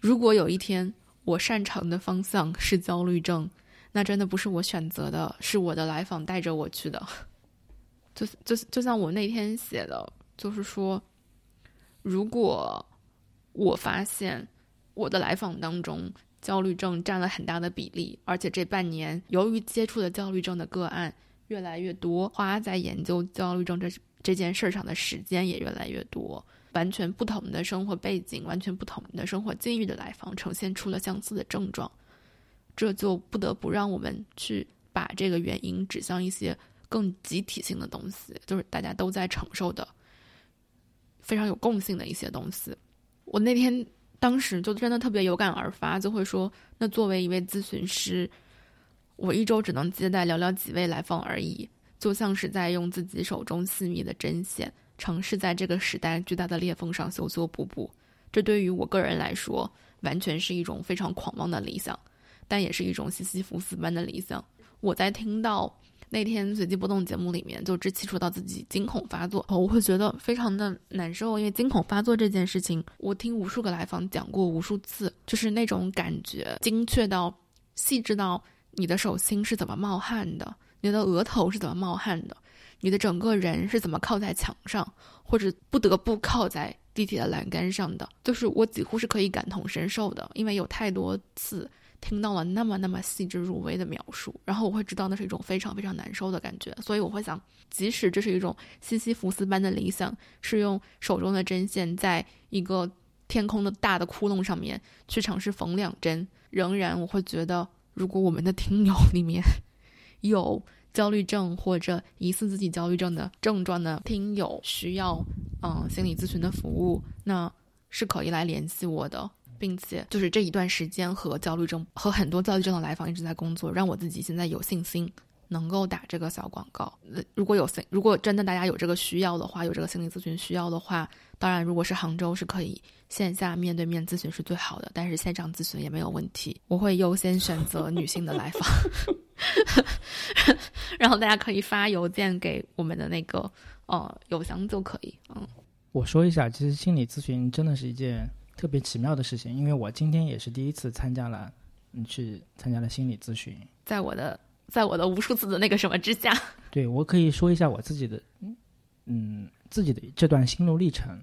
[SPEAKER 2] 如果有一天我擅长的方向是焦虑症，那真的不是我选择的，是我的来访带着我去的。就就就像我那天写的，就是说，如果我发现我的来访当中焦虑症占了很大的比例，而且这半年由于接触的焦虑症的个案越来越多，花在研究焦虑症这这件事上的时间也越来越多。完全不同的生活背景、完全不同的生活境遇的来访，呈现出了相似的症状，这就不得不让我们去把这个原因指向一些更集体性的东西，就是大家都在承受的、非常有共性的一些东西。我那天当时就真的特别有感而发，就会说，那作为一位咨询师，我一周只能接待寥寥几位来访而已，就像是在用自己手中细密的针线，尝试在这个时代巨大的裂缝上修修补补。这对于我个人来说，完全是一种非常狂妄的理想，但也是一种西西弗斯般的理想。我在听到那天随机波动节目里面就支起说到自己惊恐发作，我会觉得非常的难受，因为惊恐发作这件事情，我听无数个来访讲过无数次，就是那种感觉精确到细致到你的手心是怎么冒汗的，你的额头是怎么冒汗的，你的整个人是怎么靠在墙上，或者不得不靠在地铁的栏杆上的，就是我几乎是可以感同身受的，因为有太多次听到了那么那么细致入微的描述，然后我会知道那是一种非常非常难受的感觉，所以我会想，即使这是一种西西弗斯般的理想，是用手中的针线在一个天空的大的窟窿上面去尝试缝两针，仍然我会觉得，如果我们的听友里面 <laughs> 有焦虑症或者疑似自己焦虑症的症状的听友需要嗯、心理咨询的服务，那是可以来联系我的。并且就是这一段时间和焦虑症和很多焦虑症的来访一直在工作，让我自己现在有信心能够打这个小广告。呃如果有心，如果真的大家有这个需要的话，有这个心理咨询需要的话，当然如果是杭州是可以线下面对面咨询是最好的，但是线上咨询也没有问题。我会优先选择女性的来访， <laughs> 然后大家可以发邮件给我们的那个呃邮箱就可以。嗯，
[SPEAKER 4] 我说一下，其实心理咨询真的是一件特别奇妙的事情，因为我今天也是第一次参加了，嗯，去参加了心理咨询。
[SPEAKER 2] 在我的在我的无数次的那个什么之下，
[SPEAKER 4] 对我可以说一下我自己的，嗯，自己的这段心路历程，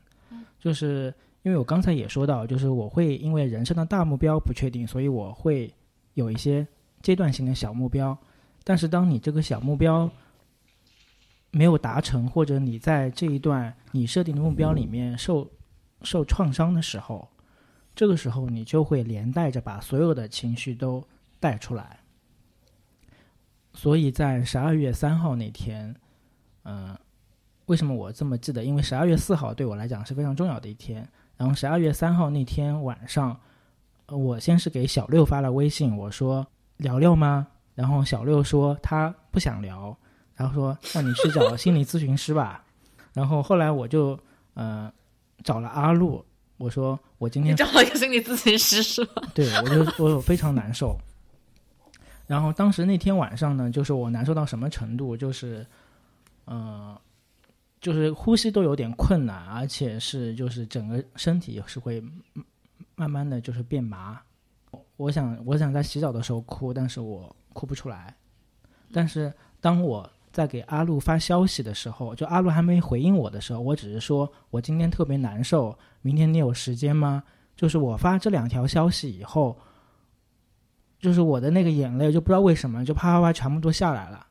[SPEAKER 4] 就是因为我刚才也说到，就是我会因为人生的大目标不确定，所以我会有一些阶段性的小目标，但是当你这个小目标没有达成，或者你在这一段你设定的目标里面受受创伤的时候，这个时候你就会连带着把所有的情绪都带出来。所以在十二月三号那天，嗯、为什么我这么记得？因为十二月四号对我来讲是非常重要的一天。然后十二月三号那天晚上，呃我先是给小六发了微信，我说：“聊聊吗？然后小六说他不想聊，然后说那你去找心理咨询师吧。然后后来我就呃找了阿路，我说我今
[SPEAKER 2] 你
[SPEAKER 4] 天
[SPEAKER 2] 找了一个心理咨询师是吧？
[SPEAKER 4] <laughs> 对我就我有非常难受。然后当时那天晚上呢，就是我难受到什么程度，就是，呃，就是呼吸都有点困难，而且是就是整个身体是会嗯慢慢的就是变麻。我想我想在洗澡的时候哭，但是我哭不出来。但是当我在给阿路发消息的时候，就阿路还没回应我的时候，我只是说我今天特别难受，明天你有时间吗？就是我发这两条消息以后，就是我的那个眼泪就不知道为什么就啪啪啪全部都下来了。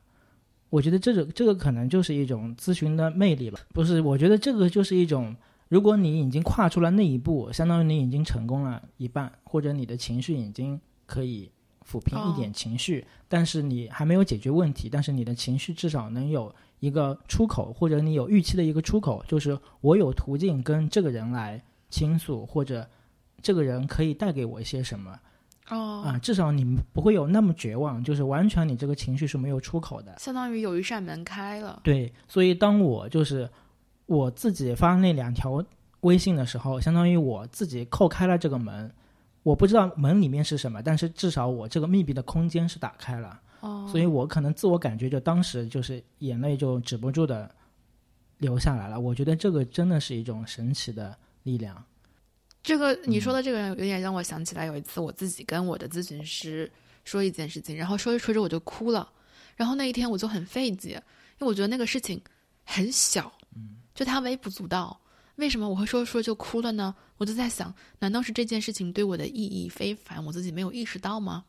[SPEAKER 4] 我觉得这种这个可能就是一种咨询的魅力吧，不是？我觉得这个就是一种，如果你已经跨出了那一步，相当于你已经成功了一半，或者你的情绪已经可以抚平一点情绪，但是你还没有解决问题，但是你的情绪至少能有一个出口，或者你有预期的一个出口，就是我有途径跟这个人来倾诉，或者这个人可以带给我一些什么
[SPEAKER 2] 哦
[SPEAKER 4] 啊？至少你不会有那么绝望，就是完全你这个情绪是没有出口的。
[SPEAKER 2] 相当于有一扇门开了。
[SPEAKER 4] 对，所以当我就是我自己发那两条微信的时候，相当于我自己叩开了这个门。我不知道门里面是什么，但是至少我这个密闭的空间是打开了，
[SPEAKER 2] 哦，
[SPEAKER 4] 所以我可能自我感觉就当时就是眼泪就止不住的流下来了。我觉得这个真的是一种神奇的力量。
[SPEAKER 2] 这个你说的这个人有点让我想起来，有一次我自己跟我的咨询师说一件事情，然后说着说着我就哭了，然后那一天我就很费解，因为我觉得那个事情很小，就它微不足道。为什么我会说着说着就哭了呢？我就在想，难道是这件事情对我的意义非凡，我自己没有意识到吗？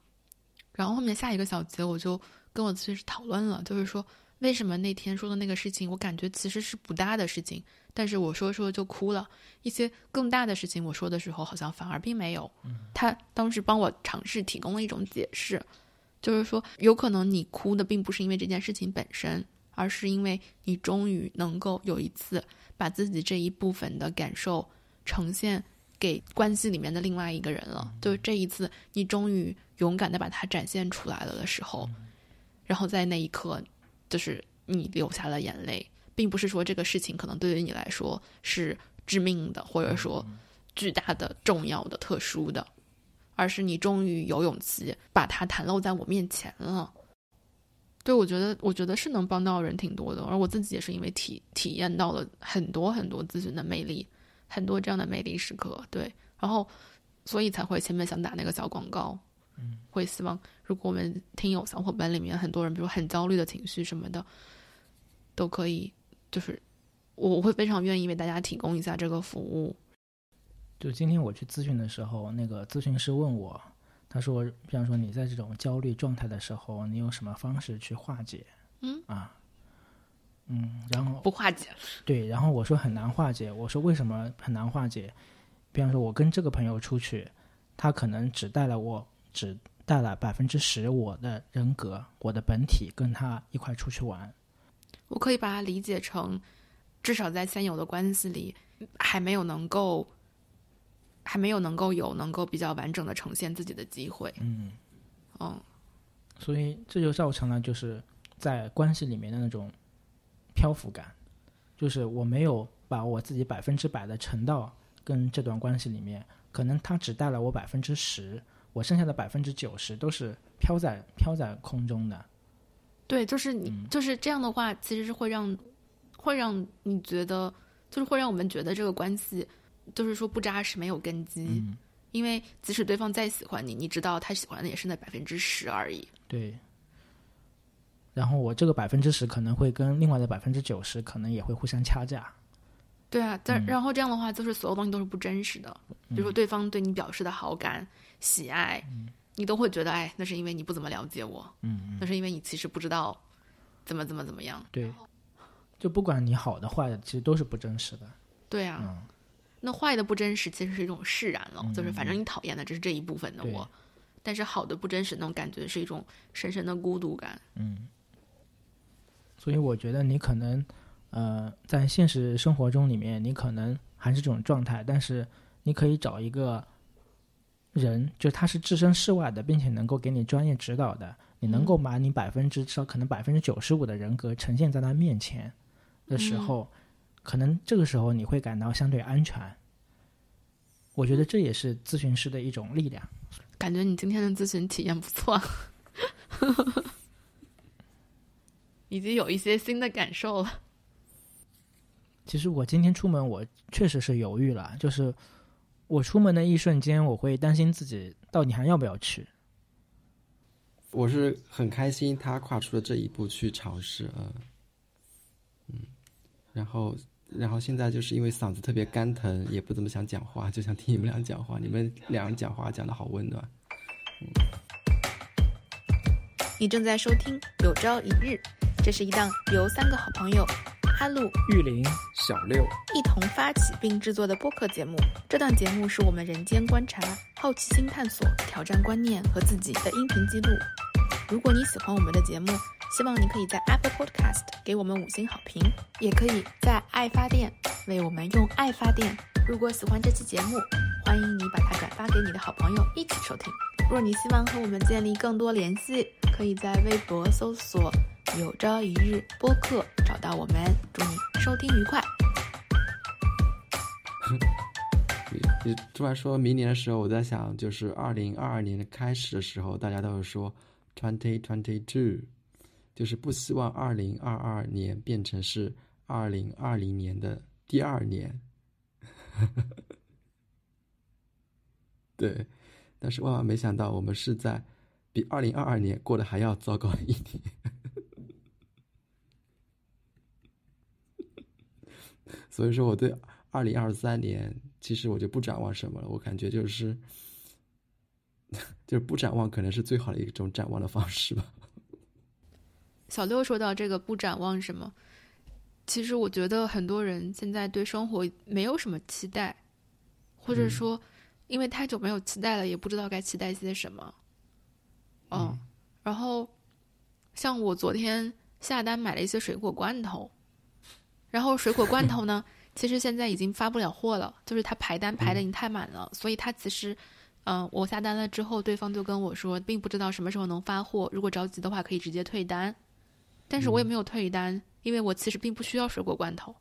[SPEAKER 2] 然后后面下一个小节，我就跟我咨询师讨论了，就是说为什么那天说的那个事情，我感觉其实是不大的事情，但是我说着说着就哭了。一些更大的事情，我说的时候好像反而并没有。他当时帮我尝试提供了一种解释，就是说，有可能你哭的并不是因为这件事情本身，而是因为你终于能够有一次把自己这一部分的感受呈现给关系里面的另外一个人了。就是这一次，你终于勇敢的把它展现出来了的时候，然后在那一刻，就是你流下了眼泪，并不是说这个事情可能对于你来说是致命的，或者说巨大的、重要的、特殊的，而是你终于有勇气把它袒露在我面前了。对，我觉得，我觉得是能帮到人挺多的，而我自己也是因为体体验到了很多很多咨询的魅力，很多这样的魅力时刻。对，然后所以才会前面想打那个小广告，嗯，会希望如果我们听友小伙伴里面很多人，比如很焦虑的情绪什么的，都可以，就是我我会非常愿意为大家提供一下这个服务。
[SPEAKER 4] 就今天我去咨询的时候，那个咨询师问我，他说，比方说你在这种焦虑状态的时候，你有什么方式去化解？
[SPEAKER 2] 嗯
[SPEAKER 4] 啊，嗯，然后
[SPEAKER 2] 不化解，
[SPEAKER 4] 对，然后我说很难化解，我说为什么很难化解？比方说，我跟这个朋友出去，他可能只带了我只带了百分之十我的人格，我的本体，跟他一块出去玩，
[SPEAKER 2] 我可以把它理解成，至少在现有的关系里，还没有能够，还没有能够有能够比较完整的呈现自己的机会。
[SPEAKER 4] 嗯。
[SPEAKER 2] 嗯，
[SPEAKER 4] 所以这就造成了就是在关系里面的那种漂浮感，就是我没有把我自己百分之百的沉到跟这段关系里面，可能他只带了我百分之十，我剩下的百分之九十都是飘在飘在空中的。
[SPEAKER 2] 对，就是你、就是这样的话，其实是会让，会让你觉得，就是会让我们觉得这个关系，就是说不扎实，没有根基。因为即使对方再喜欢你，你知道他喜欢的也是那百分之十而已。
[SPEAKER 4] 对。然后我这个百分之十可能会跟另外的百分之九十可能也会互相掐架，
[SPEAKER 2] 对啊，但然后这样的话，就是所有东西都是不真实的。比如说，对方对你表示的好感、喜爱，你都会觉得，哎，那是因为你不怎么了解我，嗯，那是因为你其实不知道怎么怎么怎么样。
[SPEAKER 4] 对，就不管你好的坏的，其实都是不真实的。
[SPEAKER 2] 对啊，那坏的不真实其实是一种释然了，就是反正你讨厌的只是这一部分的
[SPEAKER 4] 对
[SPEAKER 2] 我，但是好的不真实那种感觉是一种深深的孤独感。
[SPEAKER 4] 所以我觉得你可能，呃，在现实生活中里面，你可能还是这种状态，但是你可以找一个人，就他是置身事外的，并且能够给你专业指导的，你能够把你百分之至少可能百分之九十五的人格呈现在他面前的时候，可能这个时候你会感到相对安全。我觉得这也是咨询师的一种力量。
[SPEAKER 2] 感觉你今天的咨询体验不错啊， <laughs> 已经有一些新的感受了。
[SPEAKER 4] 其实我今天出门，我确实是犹豫了，就是我出门的一瞬间，我会担心自己到底还要不要去。
[SPEAKER 3] 我是很开心他跨出了这一步去尝试，呃，嗯，然后然后现在就是因为嗓子特别干疼，也不怎么想讲话，就想听你们俩讲话，你们俩讲话讲的好温暖。
[SPEAKER 5] 你正在收听《有朝一日》，这是一档由三个好朋友哈鲁
[SPEAKER 4] 玉林，
[SPEAKER 3] 小六，
[SPEAKER 5] 一同发起并制作的播客节目。这档节目是我们人间观察、好奇心探索、挑战观念和自己的音频记录。如果你喜欢我们的节目，希望你可以在 Apple Podcast 给我们五星好评，也可以在爱发电为我们用爱发电。如果喜欢这期节目，欢迎你把它转发给你的好朋友一起收听。若你希望和我们建立更多联系，可以在微博搜索“有朝一日播客”找到我们。祝你收听愉快！
[SPEAKER 3] 你你突然说明年的时候，我在想，就是二零二二年的开始的时候，大家都会说 twenty twenty two，就是不希望二零二二年变成是二零二零年的第二年。对，但是万万没想到，我们是在比二零二二年过得还要糟糕一点。所以说，我对二零二三年，其实我就不展望什么了。我感觉就是， <laughs> 就是不展望，可能是最好的一种展望的方式吧。
[SPEAKER 2] 小六说到这个不展望什么，其实我觉得很多人现在对生活没有什么期待，或者说因为太久没有期待了，也不知道该期待些什么。嗯，然后像我昨天下单买了一些水果罐头，然后水果罐头呢，其实现在已经发不了货了，就是它排单排的已经太满了，所以它其实。嗯，我下单了之后，对方就跟我说，并不知道什么时候能发货。如果着急的话，可以直接退单。但是我也没有退单，因为我其实并不需要水果罐头。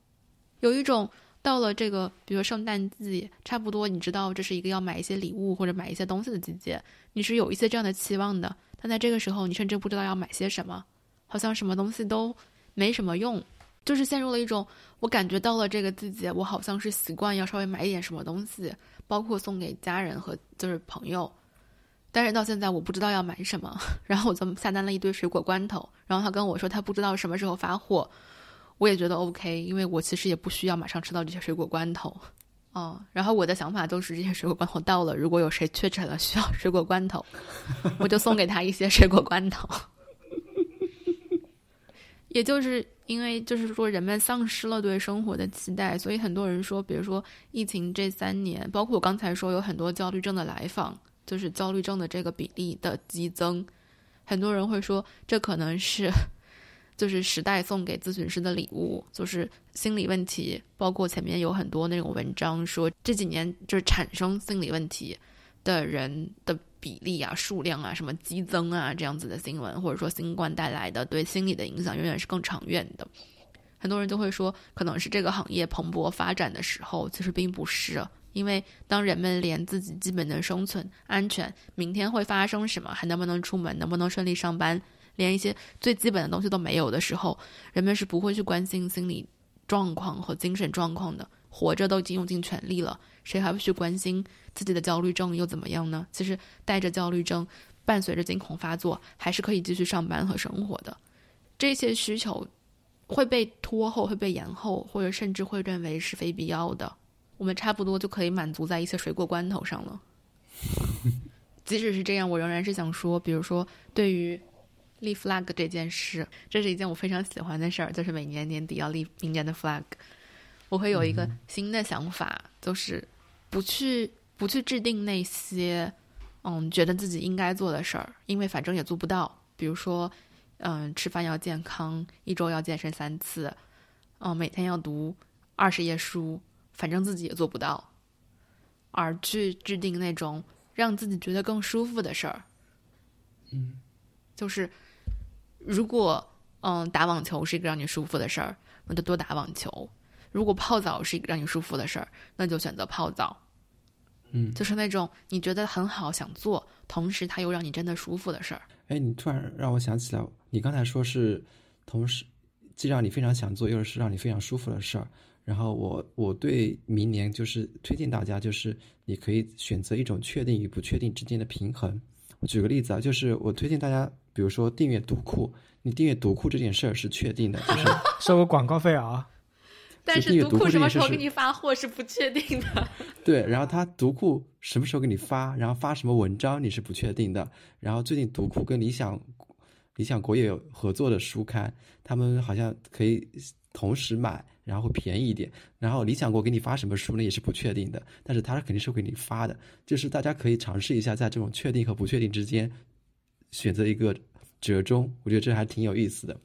[SPEAKER 2] 有一种到了这个，比如圣诞季，差不多你知道这是一个要买一些礼物或者买一些东西的季节，你是有一些这样的期望的。但在这个时候，你甚至不知道要买些什么，好像什么东西都没什么用，就是陷入了一种我感觉到了这个季节，我好像是习惯要稍微买一点什么东西，包括送给家人和就是朋友。但是到现在我不知道要买什么，然后我就下单了一堆水果罐头，然后他跟我说他不知道什么时候发货，我也觉得 OK，因为我其实也不需要马上吃到这些水果罐头，哦、然后我的想法都是这些水果罐头到了，如果有谁确诊了需要水果罐头，我就送给他一些水果罐头。 <laughs> 也就是因为就是说人们丧失了对生活的期待，所以很多人说，比如说疫情这三年，包括我刚才说有很多焦虑症的来访，就是焦虑症的这个比例的激增，很多人会说这可能是就是时代送给咨询师的礼物，就是心理问题，包括前面有很多那种文章说这几年就是产生心理问题的人的比例啊、数量啊、什么激增啊这样子的新闻，或者说新冠带来的对心理的影响，永远是更长远的。很多人就会说，可能是这个行业蓬勃发展的时候，其实并不是，因为当人们连自己基本的生存、安全、明天会发生什么、还能不能出门、能不能顺利上班，连一些最基本的东西都没有的时候，人们是不会去关心心理状况和精神状况的。活着都已经用尽全力了，谁还会去关心自己的焦虑症又怎么样呢？其实带着焦虑症，伴随着惊恐发作，还是可以继续上班和生活的。这些需求会被拖后，会被延后，或者甚至会认为是非必要的。我们差不多就可以满足在一些水果罐头上了。即使是这样，我仍然是想说，比如说对于立 flag 这件事，这是一件我非常喜欢的事儿，就是每年年底要立明年的 flag，我会有一个新的想法，就是不去不去制定那些嗯觉得自己应该做的事儿，因为反正也做不到。比如说，嗯，吃饭要健康，一周要健身三次，嗯，每天要读二十页书，反正自己也做不到，而
[SPEAKER 3] 嗯
[SPEAKER 2] 去制定那种让自己觉得更舒服的事儿。就是如果嗯打网球是一个让你舒服的事儿，那就多打网球；如果泡澡是一个让你舒服的事儿，那就选择泡澡。
[SPEAKER 3] 嗯，
[SPEAKER 2] 就是那种你觉得很好想做，同时它又让你真的舒服的事儿。
[SPEAKER 3] 哎，你突然让我想起来，你刚才说是同时既让你非常想做，又是让你非常舒服的事儿。然后我我对明年就是推荐大家，就是你可以选择一种确定与不确定之间的平衡。我举个例子啊，就是我推荐大家，比如说订阅读库，你订阅读库这件事儿是确定的，就是
[SPEAKER 4] <laughs> 收我广告费啊！
[SPEAKER 2] 但
[SPEAKER 3] 订
[SPEAKER 2] 是
[SPEAKER 3] 阅
[SPEAKER 2] 读
[SPEAKER 3] 读
[SPEAKER 2] 库
[SPEAKER 3] 库这
[SPEAKER 2] 什么
[SPEAKER 3] 件
[SPEAKER 2] 时
[SPEAKER 3] 事
[SPEAKER 2] 候
[SPEAKER 3] 是
[SPEAKER 2] 给你发货是不确定的。
[SPEAKER 3] 对，然后他读库什么时候给你发，然后发什么文章你是不确定的。然后最近读库跟理想理想国也有合作的书刊，他们好像可以同时买，然后便宜一点。然后理想国给你发什么书呢也是不确定的，但是他肯定是会给你发的。就是大家可以尝试一下，在这种确定和不确定之间选择一个折中，我觉得这还挺有意思的。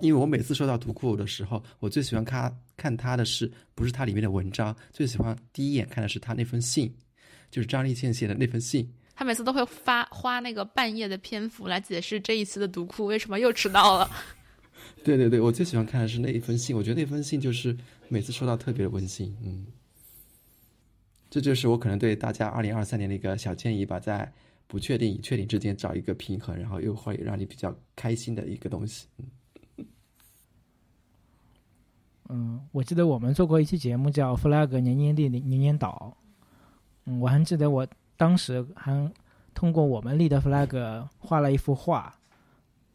[SPEAKER 3] 因为我每次收到读库的时候，我最喜欢看看它的是不是它里面的文章，最喜欢第一眼看的是它那封信，就是张立宪写的那封信。
[SPEAKER 2] <laughs> 他每次都会发花那个半夜的篇幅来解释这一期的读库为什么又迟到了。
[SPEAKER 3] 对对对，我最喜欢看的是那一封信，我觉得那封信就是每次收到特别的温馨。嗯，这就是我可能对大家二零二三年的一个小建议吧，在不确定与确定之间找一个平衡，然后又会让你比较开心的一个东西。
[SPEAKER 4] 嗯，我记得我们做过一期节目叫《flag 年年历年年岛》，嗯，我还记得我当时还通过我们立的 flag 画了一幅画，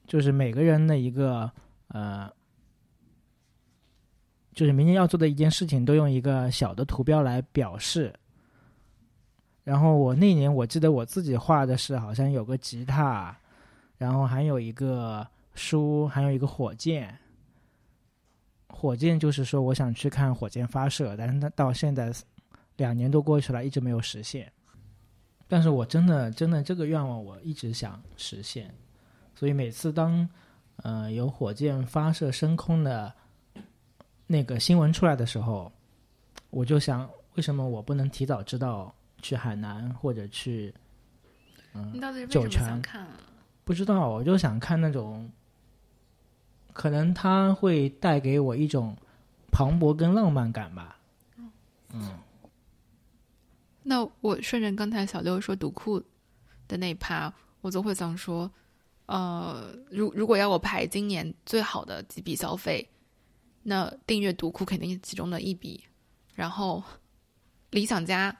[SPEAKER 4] 就是每个人的一个呃，就是明年要做的一件事情，都用一个小的图标来表示。然后我那年我记得我自己画的是好像有个吉他，然后还有一个书，还有一个火箭。火箭就是说我想去看火箭发射，但是它到现在两年多过去了，一直没有实现。但是我真的真的这个愿望我一直想实现，所以每次当呃有火箭发射升空的那个新闻出来的时候，我就想为什么我不能提早知道去海南或者去呃
[SPEAKER 3] 嗯
[SPEAKER 2] 你到底是为
[SPEAKER 4] 九
[SPEAKER 2] 什么
[SPEAKER 4] 成
[SPEAKER 2] 想看啊？
[SPEAKER 4] 不知道，我就想看那种，可能它会带给我一种磅礴跟浪漫感吧。
[SPEAKER 2] 那我顺着刚才小六说读库的那一趴，我就会想说，呃，如如果要我排今年最好的几笔消费，那订阅读库肯定是其中的一笔，然后理想家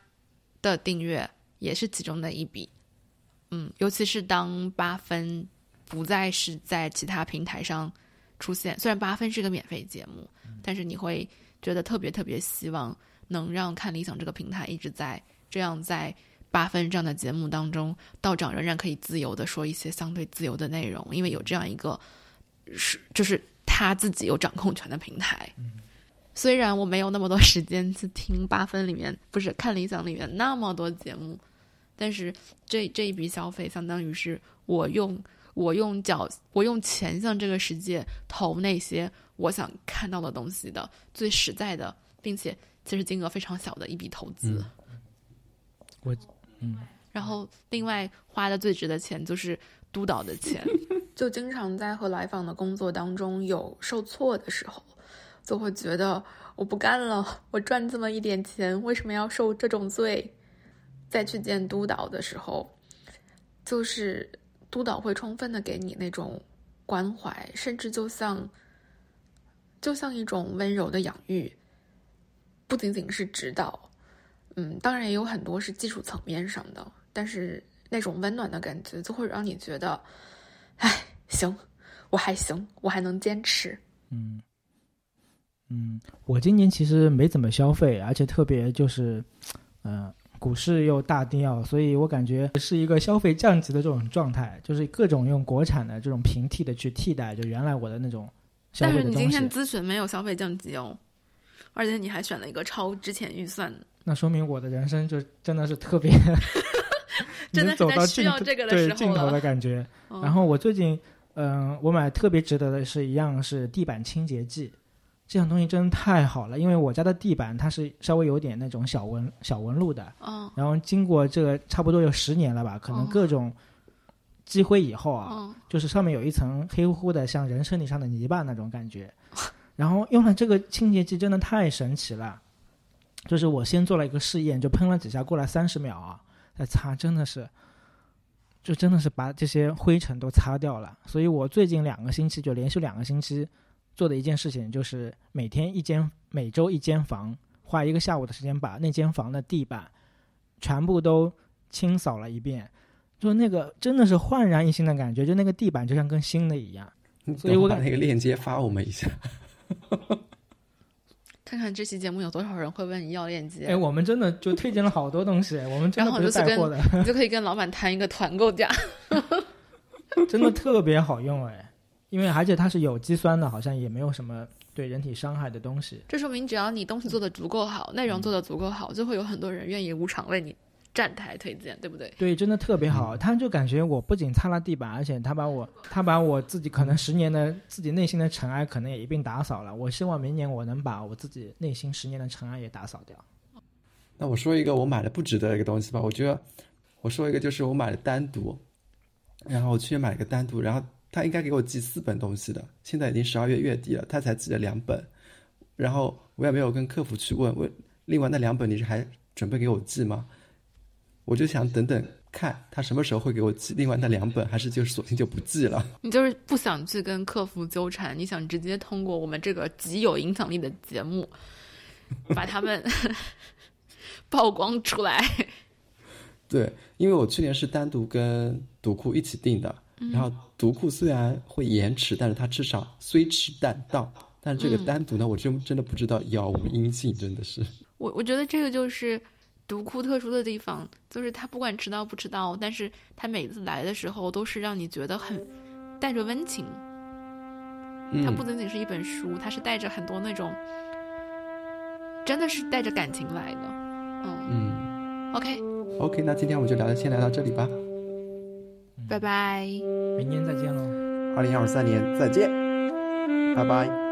[SPEAKER 2] 的订阅也是其中的一笔，嗯，尤其是当八分不再是在其他平台上出现，虽然八分是个免费节目，但是你会觉得特别特别希望能让看理想这个平台一直在这样在八分这样的节目当中，道长仍然可以自由的说一些相对自由的内容，因为有这样一个是就是他自己有掌控权的平台。 <laughs> 虽然我没有那么多时间去听八分里面不是看理想里面那么多节目，但是这这一笔消费相当于是我用我用脚我用钱向这个世界投那些我想看到的东西的最实在的，并且其实金额非常小的一笔投资。
[SPEAKER 4] 我嗯，
[SPEAKER 2] 然后另外花的最值的钱就是督导的钱， <laughs> 就经常在和来访的工作当中有受挫的时候，就会觉得我不干了，我赚这么一点钱，为什么要受这种罪？再去见督导的时候，就是督导会充分的给你那种关怀，甚至就像就像一种温柔的养育，不仅仅是指导，嗯，当然也有很多是技术层面上的，但是那种温暖的感觉就会让你觉得，哎，行，我还行，我还能坚持。
[SPEAKER 4] 嗯，嗯，我今年其实没怎么消费，而且特别就是，呃，股市又大跌，所以我感觉是一个消费降级的这种状态，就是各种用国产的这种平替的去替代，就原来我的那种消
[SPEAKER 2] 但
[SPEAKER 4] 费
[SPEAKER 2] 是
[SPEAKER 4] 的
[SPEAKER 2] 你今
[SPEAKER 4] 东
[SPEAKER 2] 天
[SPEAKER 4] 西。
[SPEAKER 2] 咨询没有消费降级哦，而且你还选了一个超之前预算的，，
[SPEAKER 4] 那说明我的人生就真的是特别
[SPEAKER 2] <laughs> 真的
[SPEAKER 4] 能
[SPEAKER 2] 是
[SPEAKER 4] 走
[SPEAKER 2] 在
[SPEAKER 4] 到
[SPEAKER 2] 需
[SPEAKER 4] 尽
[SPEAKER 2] 要
[SPEAKER 4] 头
[SPEAKER 2] 这个的
[SPEAKER 4] 对
[SPEAKER 2] 时候
[SPEAKER 4] 尽头
[SPEAKER 2] 了
[SPEAKER 4] 的
[SPEAKER 2] <laughs>
[SPEAKER 4] 感觉。
[SPEAKER 2] 嗯
[SPEAKER 4] 然后我最近，嗯、我买特别值得的是一样是地板清洁剂，这样东西真的太好了，因为我家的地板它是稍微有点那种小纹小纹路的，
[SPEAKER 2] 嗯，
[SPEAKER 4] 然后经过这个差不多有十年了吧，可能
[SPEAKER 2] 哦
[SPEAKER 4] 各种积灰以后啊，
[SPEAKER 2] 嗯，
[SPEAKER 4] 就是上面有一层黑乎乎的像人身体上的泥巴那种感觉。 <laughs> 然后用了这个清洁剂真的太神奇了，就是我先做了一个试验，就喷了几下，过来三十秒啊，再擦，真的是，就真的是把这些灰尘都擦掉了。所以我最近两个星期就连续两个星期做的一件事情，就是每天一间，每周一间房，花一个下午的时间把那间房的地板全部都清扫了一遍，就那个真的是焕然一新的感觉，就那个地板就像跟新的一样。所以我
[SPEAKER 3] 把
[SPEAKER 4] 感
[SPEAKER 3] 那个链接发我们一下。
[SPEAKER 2] 看看这期节目有多少人会问你要链接，
[SPEAKER 4] 哎，我们真的就推荐了好多东西，我们真
[SPEAKER 2] 然
[SPEAKER 4] 的
[SPEAKER 2] 后
[SPEAKER 4] 不是
[SPEAKER 2] 就是
[SPEAKER 4] 带
[SPEAKER 2] 跟
[SPEAKER 4] 货的， <laughs>
[SPEAKER 2] 你就可以跟老板谈一个团购价。
[SPEAKER 4] 真的特别好用哎，因为而且它是有机酸的，好像也没有什么对人体伤害的东西。
[SPEAKER 2] 这说明只要你东西做的足够好，内容做的足够好，就会有很多人愿意无偿为你站台推荐，对不对？
[SPEAKER 4] 对，真的特别好。他就感觉我不仅擦了地板，而且他把我他把我自己可能十年的自己内心的尘埃可能也一并打扫了。我希望明年我能把我自己内心十年的尘埃也打扫掉。
[SPEAKER 3] 那我说一个我买了不值得的一个东西吧，我觉得我说一个就是我买了单独，然后我去买了个单独，然后他应该给我寄四本东西的，现在已经十二月月底了，他才寄了两本，然后我也没有跟客服去问问，另外那两本你是还准备给我寄吗？我就想等等看他什么时候会给我寄另外那两本，还是就是索性就不寄了。
[SPEAKER 2] 你就是不想去跟客服纠缠，你想直接通过我们这个极有影响力的节目，把他们 <laughs> 曝光出来。
[SPEAKER 3] 对，因为我去年是单独跟读库一起订的，
[SPEAKER 2] 嗯
[SPEAKER 3] 然后读库虽然会延迟，但是它至少虽迟但到。但是
[SPEAKER 2] 嗯
[SPEAKER 3] 这个单独呢，我真真的不知道杳无音信，真的是。
[SPEAKER 2] 我我觉得这个就是读库特殊的地方，就是它不管迟到不迟到，但是它每次来的时候都是让你觉得很带着温情。它不
[SPEAKER 3] 嗯，
[SPEAKER 2] 仅仅是一本书，它是带着很多那种，真的是带着感情来的。嗯
[SPEAKER 3] 嗯
[SPEAKER 2] ，OK，
[SPEAKER 3] ，OK，那今天我们就聊，先聊到这里吧。
[SPEAKER 2] 拜拜。
[SPEAKER 4] 明年再见喽。
[SPEAKER 3] 二零二三年再见，拜拜。